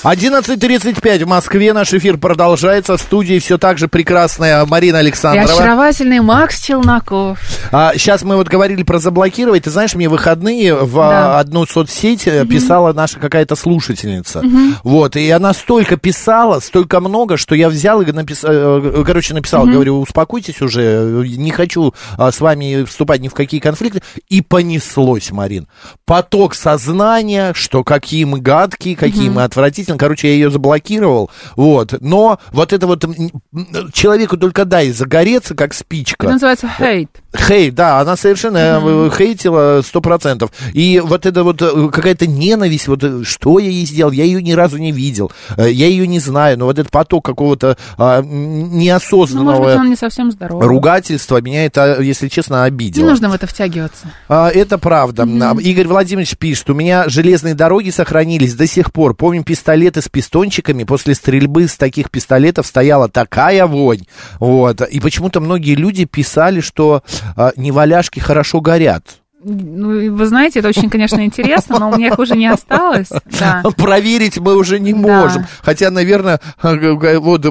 Speaker 1: 11.35 в Москве. Наш эфир продолжается. В студии все так же прекрасная Марина
Speaker 2: И
Speaker 1: Александрова.
Speaker 2: очаровательный Макс Челноков.
Speaker 1: сейчас А, мы вот говорили про заблокировать. Ты знаешь, мне в выходные в
Speaker 2: Да.
Speaker 1: а, одну соцсеть э, писала наша какая-то слушательница. Вот. И она столько писала, столько много, что я взял и написал, короче, написал, говорю, успокойтесь уже, э, не хочу а, с вами вступать ни в какие конфликты. И понеслось, Марин. Поток сознания, что какие мы гадкие, какие мы отвратительные. Короче, я ее заблокировал. Вот. Но вот это вот м, м, человеку только дай загореться, как спичка. Ну,
Speaker 2: Это называется хейт.
Speaker 1: Хей, да, она совершенно э, хейтила сто процентов. И вот это вот э, какая-то ненависть, вот э, что я ей сделал, я ее ни разу не видел, э, я ее не знаю, но вот этот поток какого-то а, м,
Speaker 2: Ну, может быть,
Speaker 1: неосознанного
Speaker 2: он не совсем здоров.
Speaker 1: ругательства меня это, если честно,
Speaker 2: Не
Speaker 1: обидело.
Speaker 2: нужно в это втягиваться.
Speaker 1: А, Это правда. А, Игорь Владимирович пишет, у меня железные дороги сохранились до сих пор. Помню пистолеты с пистончиками. После стрельбы с таких пистолетов стояла такая вонь. Вот. И почему-то многие люди писали, что а, неваляшки хорошо горят.
Speaker 2: Ну, и вы знаете, это очень, конечно, интересно, но у меня их уже не осталось. Да.
Speaker 1: Проверить мы уже не
Speaker 2: Да.
Speaker 1: можем. Хотя, наверное, вот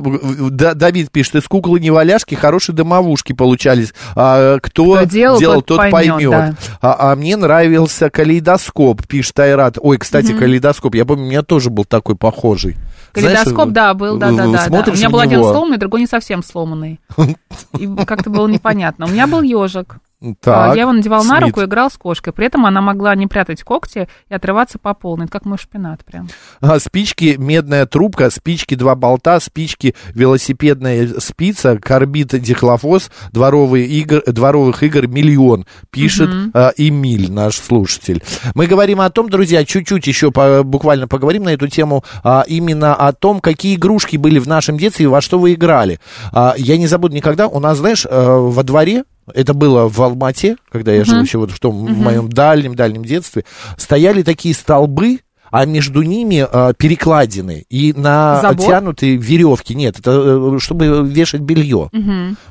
Speaker 1: Да- Давид пишет, из куклы неваляшки хорошие домовушки получались. А, кто,
Speaker 2: Кто делал, тот
Speaker 1: тот, поймет.
Speaker 2: поймет, да.
Speaker 1: а, а мне нравился калейдоскоп, пишет Айрат. Ой, кстати, калейдоскоп, я помню, у меня тоже был такой похожий. Знаешь,
Speaker 2: Калейдоскоп, да, был, да, да, да. да. У
Speaker 1: смотришь
Speaker 2: меня
Speaker 1: в
Speaker 2: был один
Speaker 1: него.
Speaker 2: сломанный, другой не совсем сломанный. И как-то было непонятно. У меня был ежик.
Speaker 1: Так,
Speaker 2: А, я его надевал на
Speaker 1: Смит.
Speaker 2: руку и играл с кошкой. При этом она могла не прятать когти и отрываться по полной. Это как мой шпинат прям.
Speaker 1: А, Спички, медная трубка, спички, два болта, спички, велосипедная спица, корбит, дихлофос, дворовые игр, дворовых игр миллион, пишет а, Эмиль, наш слушатель. Мы говорим о том, друзья, чуть-чуть еще по- буквально поговорим на эту тему, а, именно о том, какие игрушки были в нашем детстве и во что вы играли. А, я не забуду никогда, у нас, знаешь, э, во дворе это было в Алмате, когда я жил еще вот в том моем дальнем-дальнем детстве, стояли такие столбы, а между ними э, перекладины и на
Speaker 2: Забор?
Speaker 1: тянутые веревки. Нет, это э, чтобы вешать белье.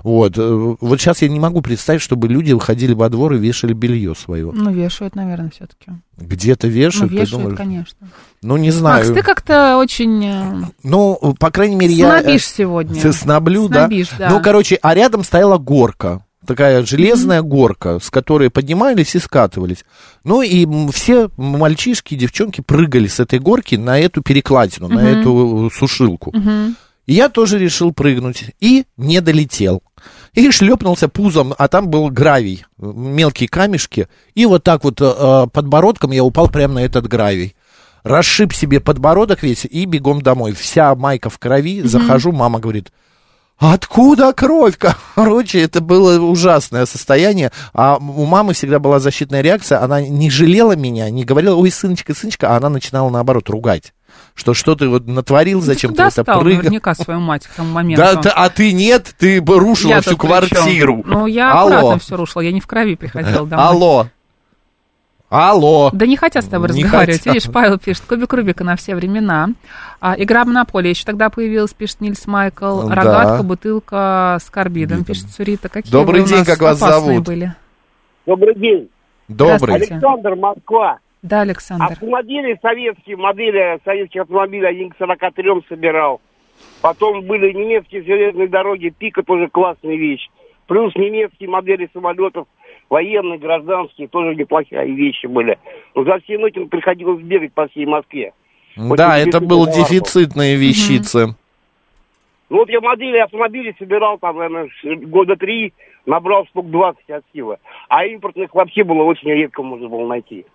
Speaker 1: Вот. э, вот сейчас я не могу представить, чтобы люди выходили во двор и вешали белье свое.
Speaker 2: Ну, вешают, наверное, все-таки.
Speaker 1: Где-то
Speaker 2: Ну,
Speaker 1: вешают, ты
Speaker 2: вешают,
Speaker 1: думаешь?
Speaker 2: конечно.
Speaker 1: Ну, не знаю.
Speaker 2: Макс, ты как-то очень э,
Speaker 1: Ну, по крайней мере, я... э,
Speaker 2: снобишь сегодня.
Speaker 1: Ты сноблю, да?
Speaker 2: Снобишь, да.
Speaker 1: Ну, короче, а рядом стояла горка. Такая железная горка, с которой поднимались и скатывались. Ну и м, все мальчишки и девчонки прыгали с этой горки на эту перекладину, на эту э, сушилку. И я тоже решил прыгнуть и не долетел. И шлепнулся пузом, а там был гравий, э, мелкие камешки. И вот так вот э, подбородком я упал прямо на этот гравий. Расшиб себе подбородок весь и бегом домой. Вся майка в крови, захожу, мама говорит, Откуда кровь? Короче, это было ужасное состояние. А у мамы всегда была защитная реакция. Она не жалела меня, не говорила, ой, сыночка, сыночка, а она начинала, наоборот, ругать. Что, что ты вот натворил, зачем ты,
Speaker 2: Ну, Ты
Speaker 1: это
Speaker 2: достал
Speaker 1: прыгал?
Speaker 2: наверняка свою мать к тому моменту.
Speaker 1: Да, ты- а ты нет, ты бы рушила
Speaker 2: Я-то
Speaker 1: всю
Speaker 2: при чём?
Speaker 1: квартиру.
Speaker 2: Ну, я
Speaker 1: Алло,
Speaker 2: аккуратно все рушила, я не в крови приходила домой.
Speaker 1: алло, алло.
Speaker 2: Да не хотят с тобой
Speaker 1: Не
Speaker 2: разговаривать.
Speaker 1: хотят.
Speaker 2: Видишь, Павел пишет, кубик Рубика на все времена. А, игра в Монополии еще тогда появилась, пишет Нильс Майкл.
Speaker 1: Да.
Speaker 2: Рогатка, бутылка с карбидом, пишет Цурита. Какие
Speaker 1: Добрый
Speaker 2: вы у
Speaker 1: день,
Speaker 2: нас
Speaker 1: как вас
Speaker 2: опасные
Speaker 1: зовут?
Speaker 2: были.
Speaker 5: Добрый день.
Speaker 1: Добрый.
Speaker 2: Здравствуйте.
Speaker 5: Александр, Москва.
Speaker 2: Да, Александр.
Speaker 6: А
Speaker 5: Автомобили советские, модели советских автомобилей, один к 43 собирал. Потом были немецкие железные дороги, пика тоже классная вещь. Плюс немецкие модели самолетов, военные, гражданские, тоже неплохие вещи были. Но за всем этим приходилось бегать по всей Москве.
Speaker 1: Да,
Speaker 5: Очень
Speaker 1: это
Speaker 5: дефицитный
Speaker 1: было
Speaker 5: товар был.
Speaker 1: дефицитные вещицы.
Speaker 5: Ну вот я модели автомобилей собирал там, наверное, ш- года три, набрал штук 20 от силы. А импортных вообще было очень редко можно было найти.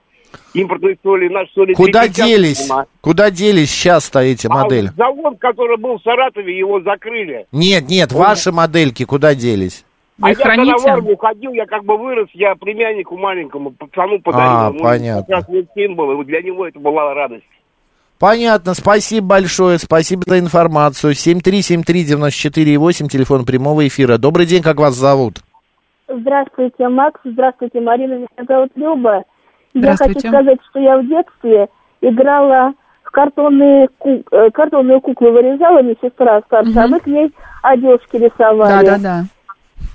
Speaker 5: Импортные соли, наши соли...
Speaker 1: Куда
Speaker 5: 50
Speaker 1: делись?
Speaker 5: снимали.
Speaker 1: Куда делись сейчас-то эти модели?
Speaker 5: А вот завод, который был в Саратове, его закрыли.
Speaker 1: Нет, нет, ваши модельки куда делись?
Speaker 2: Вы
Speaker 5: а
Speaker 2: их
Speaker 5: я когда в армию
Speaker 2: храните?
Speaker 5: ходил, я как бы вырос, я племяннику маленькому, пацану подарил.
Speaker 1: А,
Speaker 5: Ему
Speaker 1: понятно.
Speaker 5: Как раз лет семь было, и вот для него это была радость.
Speaker 1: Понятно, спасибо большое, спасибо за информацию. 7373948, телефон прямого эфира. Добрый день, как вас зовут?
Speaker 6: Здравствуйте, Макс. Здравствуйте, Марина. Меня зовут Люба. Я хочу
Speaker 2: Здравствуйте.
Speaker 6: сказать, что я в детстве играла в картонные ку- э, картонную куклу вырезала мне сестра старшая, а мы к ней одежки
Speaker 2: Да,
Speaker 6: рисовали.
Speaker 2: да, да.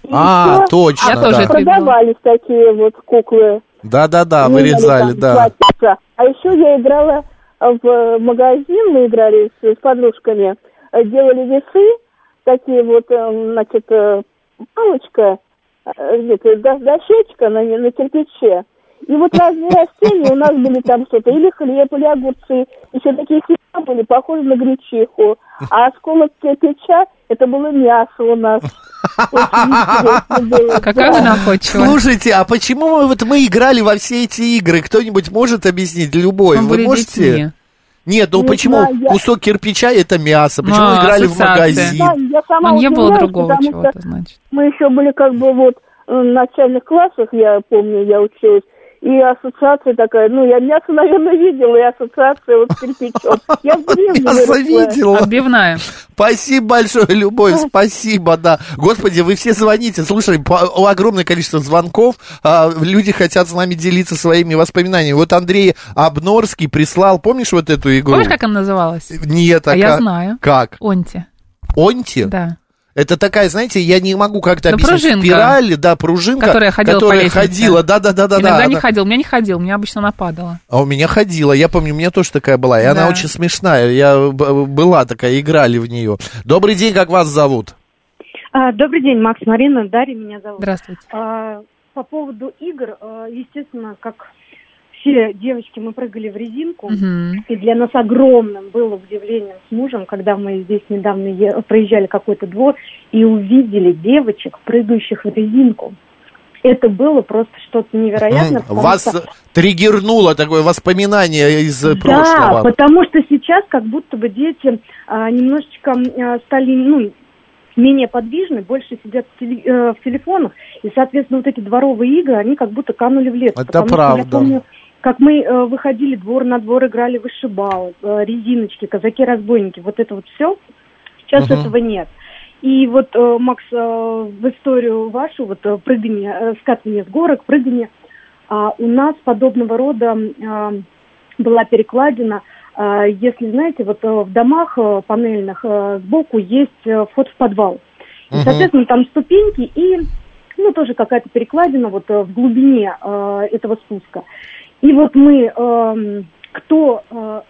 Speaker 6: И
Speaker 1: А,
Speaker 6: ещё
Speaker 1: точно,
Speaker 2: Ну, Я тоже
Speaker 1: да.
Speaker 2: это-
Speaker 6: продавались такие вот куклы.
Speaker 1: Да-да-да, вырезали,
Speaker 6: Там
Speaker 1: да.
Speaker 6: платьица. А еще я играла э, в магазин, мы играли с, с подружками, э, делали весы, такие вот, э, значит, э, палочка, э, где-то до- дощечка на, не- на кирпиче. И вот разные растения у нас были там что-то, или хлеб, или огурцы, еще такие семена были, похожи на гречиху. А осколок кирпича, это было мясо у нас. Очень интересно было.
Speaker 2: Какая вы
Speaker 6: Да.
Speaker 2: находчивая.
Speaker 1: Слушайте, а почему мы, вот мы играли во все эти игры? Кто-нибудь может объяснить? Любой,
Speaker 2: Мы
Speaker 1: вы
Speaker 2: были
Speaker 1: можете?
Speaker 2: детьми.
Speaker 1: Нет, ну
Speaker 6: Не
Speaker 1: почему
Speaker 6: знаю, я-
Speaker 1: кусок кирпича это мясо? Почему
Speaker 2: А,
Speaker 1: играли в
Speaker 2: ассоциация.
Speaker 1: магазин?
Speaker 6: Да, я сама
Speaker 2: Но А не было
Speaker 6: удивлялась,
Speaker 2: другого
Speaker 6: потому что
Speaker 2: чего-то, значит.
Speaker 6: мы еще были как бы вот э, в начальных классах, я помню, я училась, и ассоциация такая, ну, я мясо, наверное, видела, и ассоциация вот с кирпичом. Я в деревне
Speaker 1: Мясо
Speaker 6: выросла.
Speaker 1: видела.
Speaker 2: А. Отбивная.
Speaker 1: Спасибо большое, Любовь, спасибо, да. Господи, вы все звоните, слушай, по- огромное количество звонков, а, люди хотят с нами делиться своими воспоминаниями. Вот Андрей Обнорский прислал, помнишь вот эту игру?
Speaker 2: Помнишь, как она называлась?
Speaker 1: Нет,
Speaker 2: А я
Speaker 1: как?
Speaker 2: знаю.
Speaker 1: Как?
Speaker 2: Онти.
Speaker 1: Онти?
Speaker 2: Да.
Speaker 1: Это такая, знаете, я не могу как-то
Speaker 2: Да,
Speaker 1: объяснить.
Speaker 2: Ну, пружинка.
Speaker 1: Спирали, да, пружинка,
Speaker 2: Которая ходила по
Speaker 1: которая
Speaker 2: лестнице.
Speaker 1: ходила, да, да, да, да,
Speaker 2: Иногда
Speaker 1: да.
Speaker 2: не
Speaker 1: она-
Speaker 2: ходил, у меня не ходил, у меня обычно нападала.
Speaker 1: А у меня ходила, я помню, у меня тоже такая была, и она
Speaker 2: Да.
Speaker 1: очень смешная. Я б- была такая, играли в нее. Добрый день, как вас зовут?
Speaker 7: А, Добрый день, Макс, Марина, Дарья меня зовут.
Speaker 2: Здравствуйте.
Speaker 7: А, По поводу игр, а, естественно, как все девочки, мы прыгали в резинку,
Speaker 2: Мгм.
Speaker 7: и для нас огромным было удивлением с мужем, когда мы здесь недавно е- проезжали какой-то двор и увидели девочек, прыгающих в резинку. Это было просто что-то невероятное.
Speaker 1: М,
Speaker 7: потому
Speaker 1: Вас
Speaker 7: что-
Speaker 1: триггернуло такое воспоминание из э,
Speaker 7: Да,
Speaker 1: прошлого.
Speaker 7: потому что сейчас как будто бы дети а, немножечко а, стали, ну, менее подвижны, больше сидят в, теле- э, в телефонах, и, соответственно, вот эти дворовые игры, они как будто канули в лету.
Speaker 1: Это
Speaker 7: потому что я
Speaker 1: правда.
Speaker 7: помню, как мы э, выходили двор на двор, играли в вышибалы, э, резиночки, казаки-разбойники, вот это вот все. Сейчас
Speaker 8: Мгм.
Speaker 7: этого нет. И вот, э, Макс, э, в историю вашу, вот э, прыгание, э, скатывание с горок, прыгание, а, у нас подобного рода м, э, была перекладина. А, Если знаете, вот э, в домах э, панельных э, сбоку есть э, вход в подвал. И,
Speaker 9: Мгм.
Speaker 7: соответственно, там ступеньки и, ну, тоже какая-то перекладина вот э, в глубине э, этого спуска. И вот мы, эм, кто э,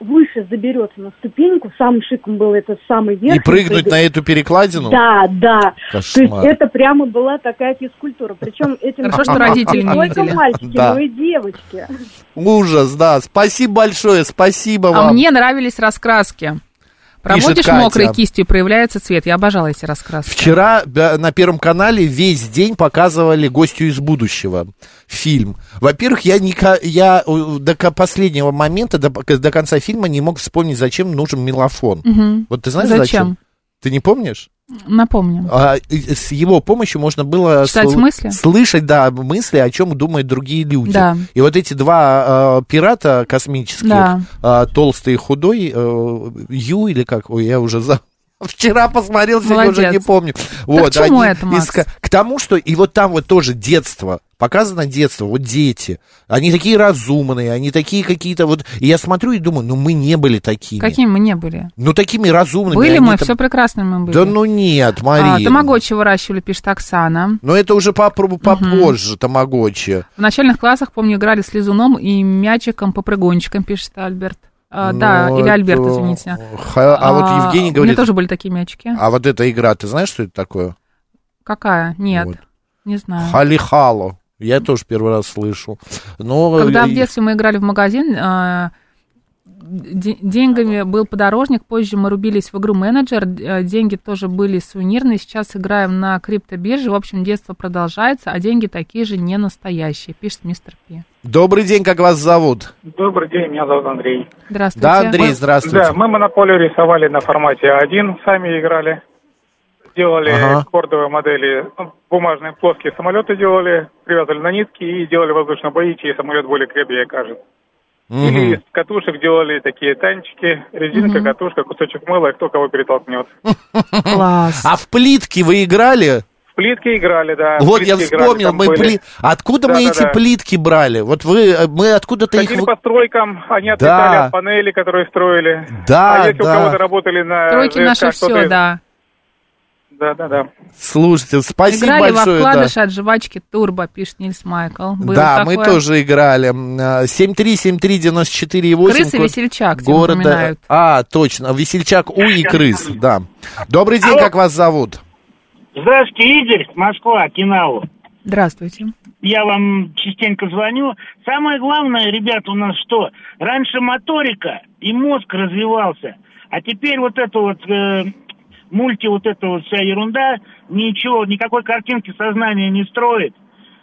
Speaker 7: выше заберется на ступеньку, самым шиком было это самый верх.
Speaker 1: И прыгнуть на эту перекладину?
Speaker 7: Да, да.
Speaker 1: Кошмар.
Speaker 7: То есть это прямо была такая физкультура. Причем этим
Speaker 1: Хорошо, А что
Speaker 7: занимались
Speaker 1: родители не
Speaker 7: только
Speaker 1: видели.
Speaker 7: мальчики,
Speaker 1: Да.
Speaker 7: но и девочки.
Speaker 1: Ужас, да. Спасибо большое, спасибо вам.
Speaker 2: А мне нравились раскраски.
Speaker 1: Пишет
Speaker 2: Проводишь
Speaker 1: Катя.
Speaker 2: мокрой кистью, проявляется цвет. Я обожала эти раскраски.
Speaker 1: Вчера да, на Первом канале весь день показывали «Гостью из будущего» фильм. Во-первых, я, не, ко- я э, до ко- последнего момента, до, пока- до конца фильма не мог вспомнить, зачем нужен мелофон.
Speaker 2: Мгм.
Speaker 1: Вот ты знаешь,
Speaker 2: Зачем?
Speaker 1: зачем? Ты не помнишь?
Speaker 2: Напомню.
Speaker 1: А, и- с его помощью можно было
Speaker 2: Читать
Speaker 1: сл-
Speaker 2: мысли?
Speaker 1: слышать, да, мысли, о чем думают другие люди.
Speaker 2: Да.
Speaker 1: И вот эти два э, пирата космических,
Speaker 2: Да.
Speaker 1: э, толстый и худой, э, Ю или как, ой, я уже за... Вчера посмотрел, сегодня уже
Speaker 2: Молодец.
Speaker 1: не помню.
Speaker 2: к чему
Speaker 1: они
Speaker 2: это, Макс?
Speaker 1: иска- К тому, что и вот там вот тоже детство. Показано детство, вот дети. Они такие разумные, они такие какие-то вот... И я смотрю и думаю, ну мы не были такими.
Speaker 2: Какими мы не были?
Speaker 1: Ну такими разумными.
Speaker 2: Были
Speaker 1: они
Speaker 2: мы,
Speaker 1: там-
Speaker 2: все прекрасно мы были.
Speaker 1: Да ну нет,
Speaker 2: А,
Speaker 1: Мария.
Speaker 2: тамагочи выращивали, пишет Оксана.
Speaker 1: Но это уже попро- попозже, тамагочи.
Speaker 2: В начальных классах, помню, играли с лизуном и мячиком, попрыгончиком, пишет Альберт. А, да,
Speaker 1: Ну,
Speaker 2: или
Speaker 1: это-
Speaker 2: Альберт, извините.
Speaker 1: Ха- А, вот
Speaker 2: у
Speaker 1: Евгений
Speaker 2: меня
Speaker 1: говорит...
Speaker 2: тоже были такие мячики.
Speaker 1: А вот эта игра, ты знаешь, что это такое?
Speaker 2: Какая? Нет.
Speaker 1: Вот.
Speaker 2: Не знаю.
Speaker 1: Халихало. Я тоже первый раз слышу. Но э,
Speaker 2: Когда в
Speaker 1: и-
Speaker 2: детстве мы играли в магазин, э, де- деньгами был подорожник, позже мы рубились в игру менеджер, э, деньги тоже были сувенирные, сейчас играем на криптобирже, в общем, детство продолжается, а деньги такие же не настоящие, пишет мистер Пи.
Speaker 1: Добрый день, как вас зовут?
Speaker 10: Добрый день, меня зовут Андрей.
Speaker 2: Здравствуйте.
Speaker 1: Да, Андрей, здравствуйте.
Speaker 10: Да, мы монополию рисовали на формате А1, сами играли. Делали
Speaker 1: Ага.
Speaker 10: кордовые модели, ну, бумажные плоские самолеты делали, привязывали на нитки и делали воздушные бои, чей самолет более крепкий окажется. Или из катушек делали такие танчики, резинка,
Speaker 2: Мгм.
Speaker 10: катушка, кусочек мыла, и кто кого перетолкнет.
Speaker 2: Класс.
Speaker 1: А в плитки вы играли?
Speaker 10: В плитки играли, да. в
Speaker 1: вот
Speaker 10: плитки
Speaker 1: я
Speaker 10: играли,
Speaker 1: вспомнил,
Speaker 10: там
Speaker 1: мы
Speaker 10: были.
Speaker 1: пли- Откуда мы эти
Speaker 10: Да-да-да.
Speaker 1: плитки брали? Вот вы, э, мы откуда-то их...
Speaker 10: Ходили
Speaker 1: вы-
Speaker 10: по стройкам, они
Speaker 1: Да.
Speaker 10: отлетали от панелей, которые строили.
Speaker 1: Да,
Speaker 10: а если
Speaker 1: да.
Speaker 10: у кого-то работали
Speaker 4: э,
Speaker 10: на
Speaker 2: Тройки
Speaker 10: ЖСК,
Speaker 2: наши
Speaker 10: что-то
Speaker 2: все,
Speaker 10: из-
Speaker 2: да.
Speaker 10: Да, да, да.
Speaker 1: Слушайте, спасибо
Speaker 2: Играли во
Speaker 1: большое. да.
Speaker 2: вкладыши от жвачки Турбо, пишет Нильс Майкл. Было
Speaker 1: да, мы
Speaker 2: такое.
Speaker 1: тоже играли. М, а, 7373948.
Speaker 2: Крысы
Speaker 1: код
Speaker 2: весельчак, тебе
Speaker 1: города.
Speaker 2: напоминают.
Speaker 1: А, точно. Весельчак У и крыс, да. Добрый день, как вас зовут?
Speaker 11: Здравствуйте, Игорь, Москва, Кинау.
Speaker 2: Здравствуйте.
Speaker 11: Я вам частенько звоню. Самое главное, ребята, у нас что? Раньше моторика и мозг развивался, а теперь вот это вот э, мульти, вот эта вот вся ерунда, ничего, никакой картинки сознания не строит.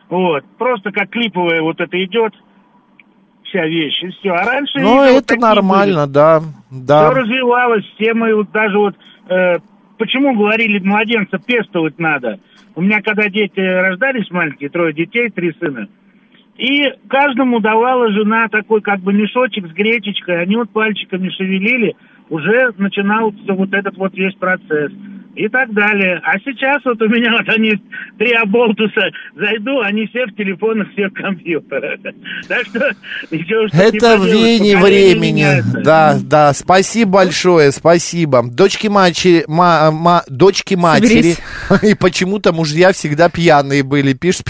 Speaker 11: Вот, просто как клиповая вот это идет вся вещь, и все. А раньше...
Speaker 1: Ну,
Speaker 11: игры вот
Speaker 1: это
Speaker 11: такие
Speaker 1: нормально,
Speaker 11: были.
Speaker 1: да.
Speaker 11: Все
Speaker 1: Да.
Speaker 11: развивалось, все мы вот даже вот э, почему говорили младенца пестовать надо? У меня когда дети рождались маленькие, трое детей, три сына, и каждому давала жена такой как бы мешочек с гречечкой, они вот пальчиками шевелили, уже начинался вот этот вот весь процесс и так далее. А сейчас вот у меня вот они три оболтуса зайду, они все в телефонах, все в компьютерах. Так что ничего, что не
Speaker 1: Это в
Speaker 11: поделаешь,
Speaker 1: Вене
Speaker 11: поколение
Speaker 1: времени.
Speaker 11: меняется.
Speaker 1: Да, да. Спасибо большое, спасибо. Дочки матери, ма- ма- дочки матери. И почему-то мужья всегда пьяные были. Пишет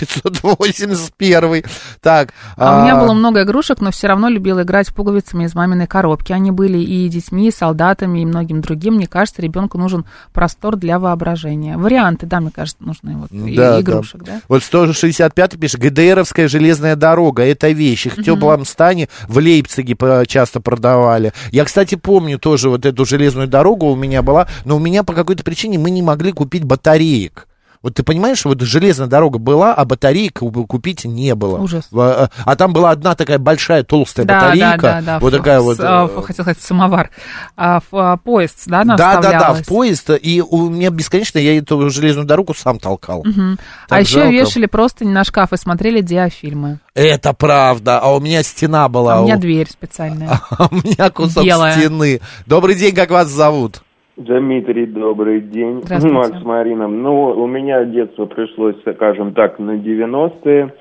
Speaker 1: 581. Так.
Speaker 2: А у меня было много игрушек, но все равно любила играть пуговицами из маминой коробки. Они были и детьми, и солдатами, и многим другим. Мне кажется, ребенку нужен простор для воображения. Варианты, да, мне кажется, нужны вот и-
Speaker 1: да,
Speaker 2: игрушек, да.
Speaker 1: да. Вот 165 пишет, ГДРовская железная дорога, это вещь. Их в
Speaker 2: Мгм.
Speaker 1: теплом стане в Лейпциге по- часто продавали. Я, кстати, помню тоже вот эту железную дорогу у меня была, но у меня по какой-то причине мы не могли купить батареек. Вот ты понимаешь, вот железная дорога была, а батареек у- купить не было.
Speaker 2: Ужас.
Speaker 1: А, а там была одна такая большая толстая
Speaker 2: Да, да,
Speaker 1: батарейка.
Speaker 2: да, да.
Speaker 1: Вот
Speaker 2: в-
Speaker 1: такая
Speaker 2: в-
Speaker 1: вот.
Speaker 2: а,
Speaker 1: э,
Speaker 2: в- хотела сказать, в самовар. А, в а, поезд, да, она
Speaker 1: да, да, да,
Speaker 2: вставлялась?
Speaker 1: в поезд. э, И у меня бесконечно я эту железную дорогу сам толкал.
Speaker 2: Мгм.
Speaker 1: Так
Speaker 2: А еще
Speaker 1: жалко.
Speaker 2: вешали просто не на шкаф и смотрели диафильмы.
Speaker 1: Это правда. А у меня стена была.
Speaker 2: А у меня
Speaker 1: у-
Speaker 2: дверь специальная.
Speaker 1: А у меня кусок
Speaker 2: Белая.
Speaker 1: стены. Добрый день, как вас зовут?
Speaker 8: Дмитрий, добрый день.
Speaker 2: Здравствуйте.
Speaker 8: Макс Марина. Ну, у меня детство пришлось, скажем так, на 90-е.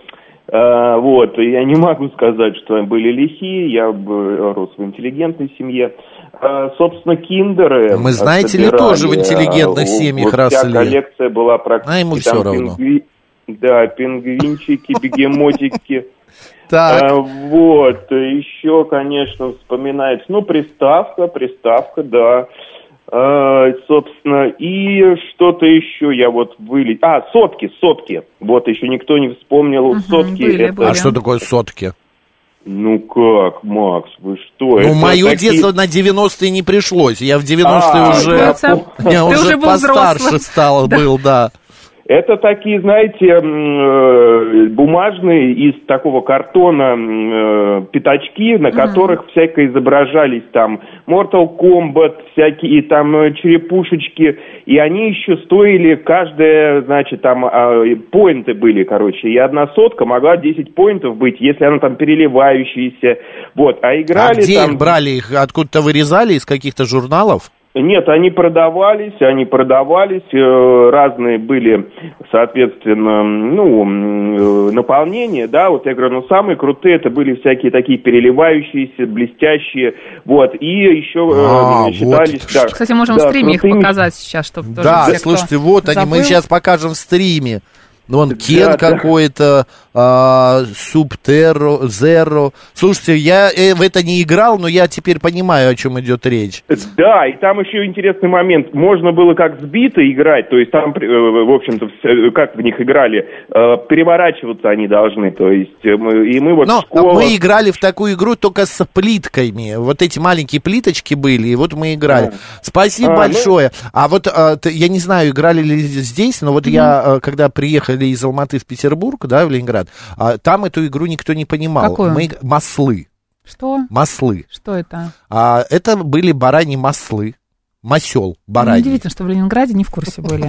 Speaker 8: Э, вот, и я не могу сказать, что были лихие, я б- рос в интеллигентной семье. Э, собственно, киндеры...
Speaker 1: Мы, знаете ли,
Speaker 8: собирали,
Speaker 1: тоже в интеллигентных
Speaker 8: э,
Speaker 1: семьях
Speaker 8: вот вся
Speaker 1: росли.
Speaker 8: коллекция была практически...
Speaker 1: А ему
Speaker 8: там
Speaker 1: всё равно.
Speaker 8: пингви- Да, пингвинчики, бегемотики...
Speaker 1: Так.
Speaker 8: А, вот, еще, конечно, вспоминается, ну, приставка, приставка, да. А, собственно, и что-то еще я вот вылез... А, сотки, сотки. Вот, еще никто не вспомнил. Вот сотки
Speaker 1: были,
Speaker 8: это...
Speaker 1: А что такое сотки?
Speaker 8: Ну как, Макс, вы что?
Speaker 1: Ну,
Speaker 8: это
Speaker 1: мое
Speaker 8: такие-
Speaker 1: детство на 90-е не пришлось. Я в 90-е
Speaker 8: А,
Speaker 1: уже...
Speaker 8: да.
Speaker 1: Я
Speaker 8: Ты
Speaker 1: уже
Speaker 8: уже был
Speaker 1: постарше
Speaker 8: взрослым.
Speaker 1: стал,
Speaker 8: Да.
Speaker 1: был, да.
Speaker 8: Это такие, знаете, м, э, бумажные из такого картона м, э, пятачки, на которых всяко изображались там Mortal Kombat, всякие там э, черепушечки, и они еще стоили каждая, значит, там а, и поинты были, короче, и одна сотка могла 10 поинтов быть, если она там переливающаяся, вот, а
Speaker 1: А
Speaker 8: играли
Speaker 1: где
Speaker 8: там...
Speaker 1: их брали? Их откуда-то вырезали из каких-то журналов?
Speaker 8: Нет, они продавались, они продавались, э, разные были, соответственно, ну, м, э, наполнения, да, вот я говорю, ну, самые крутые это были всякие такие переливающиеся, блестящие, вот, и еще э,
Speaker 1: А, вот
Speaker 8: считались, да.
Speaker 2: Кстати, можем
Speaker 8: да,
Speaker 2: в стриме их
Speaker 8: крутыми.
Speaker 2: показать сейчас, чтобы тоже
Speaker 1: Да,
Speaker 2: все, кто
Speaker 1: слушайте, вот они, мы
Speaker 2: забыл.
Speaker 1: сейчас покажем в стриме. Вон Кен
Speaker 8: да.
Speaker 1: какой-то, а, Субтеро, Зеро. Слушайте, я э, в это не играл, но я теперь понимаю, о чем идет речь.
Speaker 8: Да, и там еще интересный момент. Можно было как сбито играть, то есть там, при- э, в общем-то, вс- э, как в них играли, э, переворачиваться они должны, то есть, э, мы- и мы вот
Speaker 1: Но
Speaker 8: школа...
Speaker 1: мы играли в такую игру только с плитками. Вот эти маленькие плиточки были, и вот мы играли. Спасибо
Speaker 8: А, ну-
Speaker 1: большое. А вот а, ты- я не знаю, играли ли здесь, но вот я, а, когда приехали из Алматы в Петербург, да, в Ленинград, а, там эту игру никто не понимал.
Speaker 2: Какую?
Speaker 1: Мы иг- маслы.
Speaker 2: Что?
Speaker 1: Маслы.
Speaker 2: Что это?
Speaker 1: А, это были бараньи маслы. Масел,
Speaker 2: Ну,
Speaker 1: бараньи.
Speaker 2: Удивительно, что в Ленинграде не в курсе были.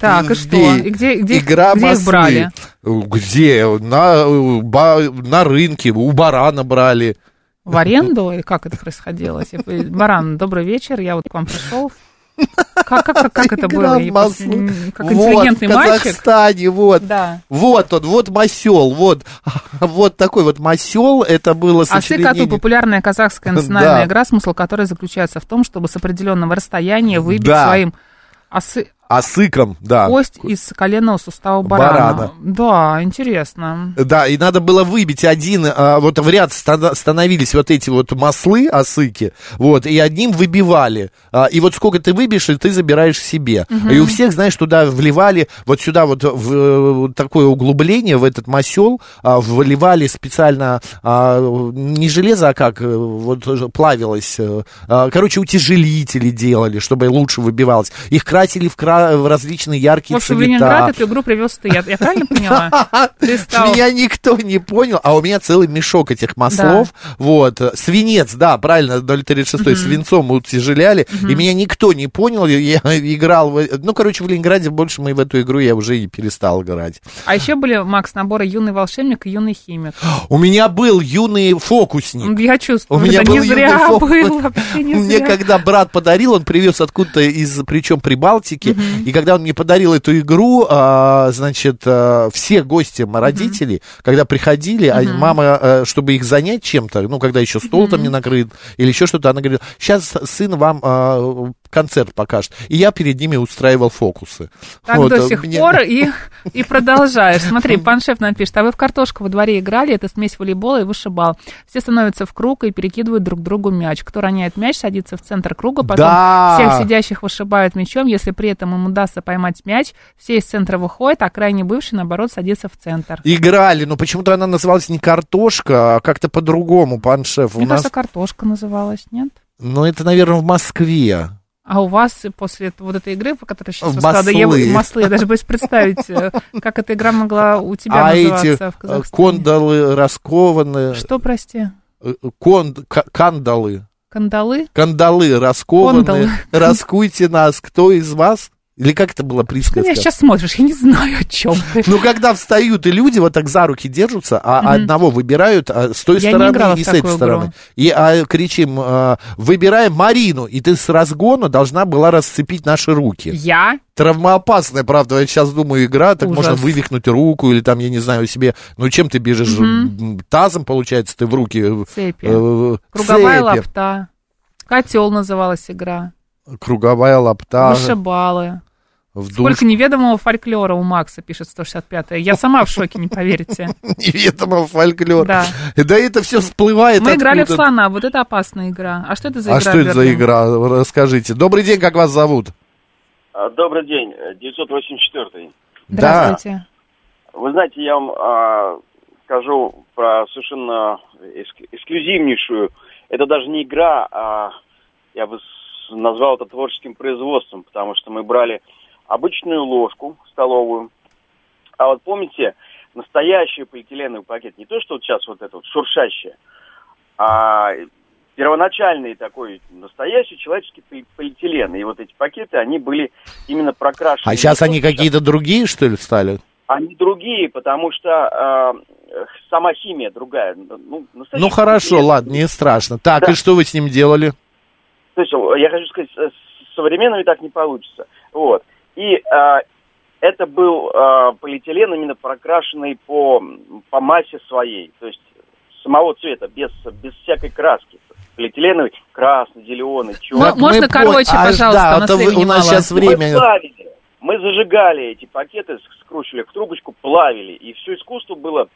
Speaker 2: Так, и что?
Speaker 1: Бей.
Speaker 2: И где, где, их-
Speaker 1: Игра
Speaker 2: где их
Speaker 1: маслы.
Speaker 2: брали?
Speaker 1: Где? На, э, ба- на рынке, у барана брали.
Speaker 2: В аренду? Или как это происходило? Типа, Баран, добрый вечер, я вот к вам пришел. Как, как, как, как это было?
Speaker 1: Игра
Speaker 2: Я
Speaker 1: в
Speaker 2: просто
Speaker 1: маслы.
Speaker 2: не- Как
Speaker 1: Вот,
Speaker 2: интеллигентный
Speaker 1: в
Speaker 2: мальчик.
Speaker 1: Казахстане, вот.
Speaker 2: Да.
Speaker 1: Вот он, вот масел, вот, вот такой вот масел, это было
Speaker 2: Асы
Speaker 1: сочинение.
Speaker 2: коту А популярная казахская национальная
Speaker 1: Да.
Speaker 2: игра, смысл которой заключается в том, чтобы с определенного расстояния выбить
Speaker 1: Да.
Speaker 2: своим осы,
Speaker 1: Асыком, А да.
Speaker 2: кость из коленного сустава барана.
Speaker 1: Барана.
Speaker 2: Да, интересно.
Speaker 1: Да, и надо было выбить один, а, вот в ряд стана- становились вот эти вот маслы, осыки, вот, и одним выбивали. А, И вот сколько ты выбьешь, и ты забираешь себе.
Speaker 9: Мгм.
Speaker 1: И у всех, знаешь, туда вливали, вот сюда вот в э, вот такое углубление, в этот масел, а, вливали специально а, не железо, а как, э, вот же плавилось. э, а, Короче, утяжелители делали, чтобы лучше выбивалось. Их красили в красный ра- в различные яркие
Speaker 2: В общем, в
Speaker 1: цвета.
Speaker 2: Ленинград эту игру привез ты. Я, я правильно поняла? Ты стал...
Speaker 1: Меня никто не понял, а у меня целый мешок этих маслов. Вот. Свинец, да, правильно, 036 свинцом утяжеляли. И меня никто не понял. Я играл... в- Ну, короче, в Ленинграде больше мы в эту игру я уже и перестал играть.
Speaker 2: А еще были, Макс, наборы «Юный волшебник» и «Юный химик». Ну,
Speaker 1: У меня был юный фокусник.
Speaker 2: Я чувствую,
Speaker 1: У меня
Speaker 2: это не
Speaker 1: был
Speaker 2: зря
Speaker 1: юный фокус.
Speaker 2: было, вообще не
Speaker 1: Мне
Speaker 2: зря.
Speaker 1: когда брат подарил, он привез откуда-то из, причем Прибалтики, и когда он мне подарил эту игру, а, значит, а, все гости, м- родители, когда приходили, а мама, э, чтобы их занять чем-то, ну, когда еще стол там не накрыт или еще что-то, она говорила, сейчас сын вам а, концерт покажет. И я перед ними устраивал фокусы.
Speaker 2: Так
Speaker 1: Вот,
Speaker 2: до
Speaker 1: а,
Speaker 2: сих
Speaker 1: мне-
Speaker 2: пор и, и продолжаешь. Смотри, паншеф нам пишет, а вы в картошку во дворе играли, это смесь волейбола и вышибал. Все становятся в круг и перекидывают друг другу мяч. Кто роняет мяч, садится в центр круга, потом
Speaker 1: Да.
Speaker 2: всех сидящих вышибают мячом. Если при этом им удастся поймать мяч, все из центра выходят, а крайне бывший, наоборот, садится в центр.
Speaker 1: Играли, но почему-то она называлась не картошка, а как-то по-другому, паншеф. У
Speaker 2: Мне
Speaker 1: нас,
Speaker 2: кажется, картошка называлась, нет?
Speaker 1: ну, это, наверное, в Москве.
Speaker 2: А у вас после эт- вот этой игры, по которой сейчас
Speaker 1: В
Speaker 2: рассказала, я,
Speaker 1: маслы.
Speaker 2: маслы, я даже боюсь представить, э, как эта игра могла у тебя
Speaker 1: а
Speaker 2: называться
Speaker 1: эти
Speaker 2: в
Speaker 1: э,
Speaker 2: Казахстане.
Speaker 1: кондолы раскованы.
Speaker 2: Что, прости?
Speaker 1: Э, Кон, к- кандалы.
Speaker 2: Кандалы?
Speaker 1: Кандалы раскованы.
Speaker 2: Кондолы.
Speaker 1: Раскуйте нас. Кто из вас? Или как это было
Speaker 2: Ты
Speaker 1: присказка?
Speaker 2: меня сейчас смотришь, я не знаю, о чем ты.
Speaker 1: Ну, когда встают и люди вот так за руки держатся, а
Speaker 2: Мгм.
Speaker 1: одного выбирают а, с той
Speaker 2: Я не
Speaker 1: стороны
Speaker 2: играла в
Speaker 1: и с
Speaker 2: такую
Speaker 1: этой
Speaker 2: игру.
Speaker 1: стороны. И а, кричим, а, выбираем Марину, и ты с разгона должна была расцепить наши руки.
Speaker 2: Я?
Speaker 1: Травмоопасная, правда, я сейчас думаю, игра, так
Speaker 2: Ужас.
Speaker 1: можно вывихнуть руку или там, я не знаю, себе, ну чем ты бежишь,
Speaker 2: Мгм.
Speaker 1: м, тазом, получается, ты в руки... э,
Speaker 2: Цепи.
Speaker 1: э,
Speaker 2: Круговая
Speaker 1: цепи.
Speaker 2: лапта. Котел называлась игра.
Speaker 1: Круговая лапта.
Speaker 2: Вышибалы.
Speaker 1: В душ.
Speaker 2: Ну, Сколько неведомого фольклора у Макса, пишет 165-я. Я сама в шоке, не поверите.
Speaker 1: Неведомого фольклора.
Speaker 2: Да.
Speaker 1: Да это все всплывает
Speaker 2: Мы играли в
Speaker 1: откуда-то.
Speaker 2: слона, вот это опасная игра. А что это за игра?
Speaker 1: А что это за
Speaker 2: Бёрдин?
Speaker 1: игра? Расскажите. Добрый день, как вас зовут?
Speaker 9: А, Добрый день, э, 984-й.
Speaker 2: Здравствуйте.
Speaker 9: Вы знаете, я вам а, скажу про совершенно эск- эксклюзивнейшую. Это даже не игра, а я бы с- назвал это творческим производством, потому что мы брали обычную ложку столовую. А вот помните, настоящий полиэтиленовый пакет, не то, что вот сейчас вот это вот шуршащее, а первоначальный такой настоящий человеческий поли- полиэтилен. И вот эти пакеты, они были именно прокрашены.
Speaker 1: А сейчас они какие-то другие, что ли, стали?
Speaker 9: Они а другие, потому что а, э, сама химия другая. Ну, настоящий
Speaker 1: Ну хорошо,
Speaker 9: полиэтилен.
Speaker 1: ладно, не страшно. Так, и что вы с ним делали?
Speaker 9: То есть, э, я хочу сказать, э, с современными так не получится. Вот. И э, это был э, полиэтилен, именно прокрашенный по, по массе своей, то есть самого цвета, без, без всякой краски. Полиэтиленовый, красный, зеленый, черный.
Speaker 2: Ну, можно
Speaker 1: Мы пон-
Speaker 2: короче,
Speaker 1: Аж,
Speaker 2: пожалуйста,
Speaker 1: да,
Speaker 2: у нас
Speaker 1: а то вы-
Speaker 2: времени
Speaker 1: у нас
Speaker 2: мало.
Speaker 1: сейчас время.
Speaker 9: Мы плавили. Мы зажигали эти пакеты, ск- скручивали в трубочку, плавили. И все искусство было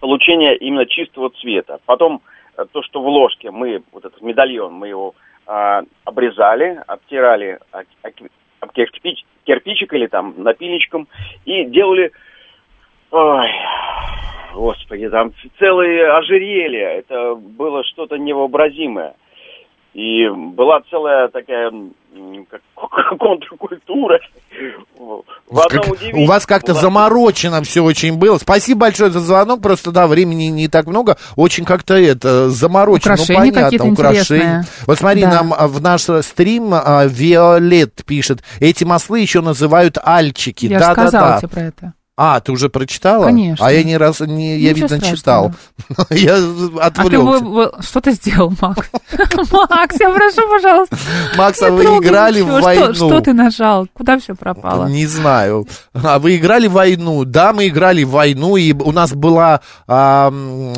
Speaker 9: получение именно чистого цвета. Потом э, то, что в ложке, мы, вот этот медальон, мы его а, обрезали, обтирали а, а, кирпич- кирпичик или там напильничком и делали... Ой, господи, там целые ожерелья. Это было что-то невообразимое. И была целая такая м, как- контркультура. В
Speaker 1: Как-
Speaker 9: одном
Speaker 1: у вас как-то
Speaker 9: удивительном.
Speaker 1: заморочено все очень было. Спасибо большое за звонок, просто да, времени не так много. Очень как-то это э, заморочено.
Speaker 2: Украшения
Speaker 1: ну, понятно,
Speaker 2: какие-то
Speaker 1: украшения.
Speaker 2: интересные.
Speaker 1: Вот смотри,
Speaker 2: Да.
Speaker 1: нам а, в наш стрим а, Виолет пишет: эти маслы еще называют альчики. да,
Speaker 2: Я же
Speaker 1: да,
Speaker 2: сказала
Speaker 1: да.
Speaker 2: тебе про это.
Speaker 1: А, ты уже прочитала?
Speaker 2: Конечно.
Speaker 1: А я не раз, не, я, видно,
Speaker 2: Ничего страшного.
Speaker 1: читал. Я
Speaker 2: А ты
Speaker 1: отвлекся.
Speaker 2: бы- бы- что ты сделал, Макс? Макс, я прошу, пожалуйста.
Speaker 1: Макс, а
Speaker 2: не
Speaker 1: вы
Speaker 2: трогай
Speaker 1: играли
Speaker 2: ничего.
Speaker 1: в
Speaker 2: Что-
Speaker 1: войну?
Speaker 2: Что ты нажал? Куда все пропало?
Speaker 1: Не знаю. А вы играли в войну? Да, мы играли в войну, и у нас была а, м,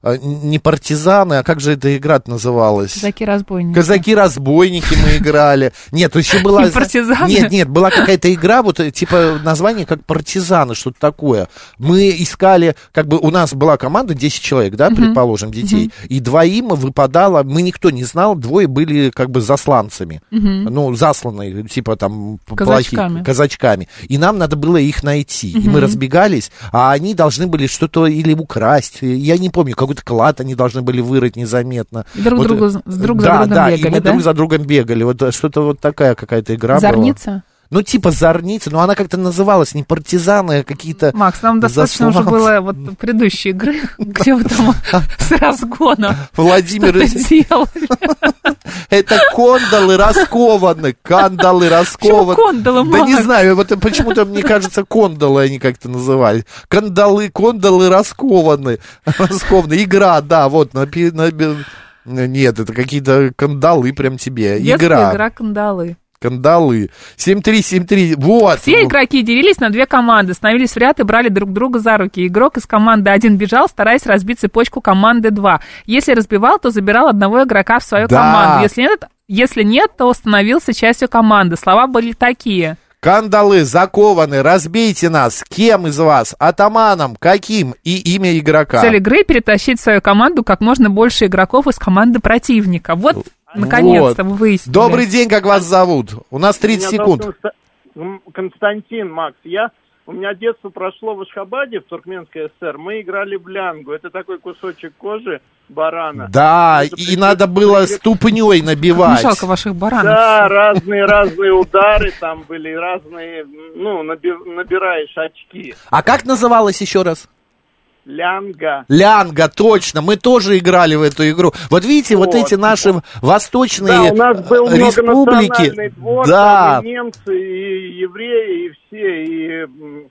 Speaker 1: а, не партизаны, а как же эта игра называлась?
Speaker 2: Казаки-разбойники.
Speaker 1: Казаки-разбойники мы играли. Нет, еще была...
Speaker 2: Не партизаны?
Speaker 1: Нет, нет, была какая-то игра, вот э, типа название как партизаны, что-то такое. Мы искали, как бы у нас была команда 10 человек, да, предположим, детей, и двоим выпадало, мы никто не знал, двое были как бы засланцами.
Speaker 2: Мгм.
Speaker 1: Ну, засланные, типа там плохие-
Speaker 2: Казачками.
Speaker 1: казачками. И нам надо было их найти. И мы
Speaker 2: Мгм.
Speaker 1: разбегались, а они должны были что-то или украсть. Я не помню, какой-то клад они должны были вырыть незаметно.
Speaker 2: И друг другу- с- друг за
Speaker 1: э, да,
Speaker 2: другом
Speaker 1: да, и
Speaker 2: бегали,
Speaker 1: мы
Speaker 2: да?
Speaker 1: друг за другом бегали. Вот э, что-то вот такая какая-то игра была.
Speaker 2: Зорница?
Speaker 1: Ну, типа зорница, но она как-то называлась, не партизаны, а какие-то...
Speaker 2: Макс, нам достаточно уже
Speaker 1: засланцы.
Speaker 2: было вот предыдущей игры, где вы там с разгона
Speaker 1: Владимир,
Speaker 2: что-то делали.
Speaker 1: это кондолы раскованы, кандалы раскованы.
Speaker 2: кондолы,
Speaker 1: Да не
Speaker 2: Макс?
Speaker 1: знаю, вот почему-то мне кажется, кондолы они как-то называли. Кандалы, кондолы раскованы. Раскованы. Игра, да, вот. напи- напи- Нет, это какие-то кандалы прям тебе.
Speaker 2: Детская
Speaker 1: Игра.
Speaker 2: игра кандалы.
Speaker 1: Кандалы. 7-3-7-3. Вот.
Speaker 2: Все игроки делились на две команды, становились в ряд и брали друг друга за руки. Игрок из команды 1 бежал, стараясь разбить цепочку команды 2. Если разбивал, то забирал одного игрока в свою
Speaker 1: Да.
Speaker 2: команду. Если нет, если нет, то становился частью команды. Слова были такие.
Speaker 1: Кандалы закованы, разбейте нас. Кем из вас? Атаманом, каким и имя игрока?
Speaker 2: Цель игры – перетащить в свою команду как можно больше игроков из команды противника. Вот, наконец-то,
Speaker 1: Ну, Вот.
Speaker 2: вы выяснили.
Speaker 1: Добрый день, как вас зовут? У нас 30
Speaker 12: Меня
Speaker 1: секунд.
Speaker 12: зовут Конста- Константин, Макс, я... У меня детство прошло в Ашхабаде, в Туркменской ССР. Мы играли в лянгу. Это такой кусочек кожи барана.
Speaker 1: Да, и надо было ступней набивать.
Speaker 2: Мешалка ваших баранов.
Speaker 12: Да, разные разные удары там были, разные, ну, наби- набираешь очки.
Speaker 1: А как называлась еще раз?
Speaker 12: Лянга.
Speaker 1: Лянга, точно. Мы тоже играли в эту игру. Вот видите, вот, эти наши восточные
Speaker 12: Да, у нас был
Speaker 1: э,
Speaker 12: многонациональный
Speaker 1: республики.
Speaker 12: двор,
Speaker 1: да.
Speaker 12: там и немцы, и евреи, и все, и м,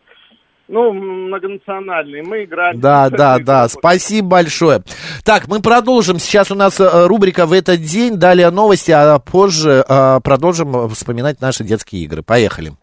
Speaker 12: ну, многонациональные. Мы играли.
Speaker 1: Да, да, да, спасибо большое. Так, мы продолжим. Сейчас у нас э, рубрика «В этот день», далее новости, а позже э, продолжим э, вспоминать наши детские игры. Поехали.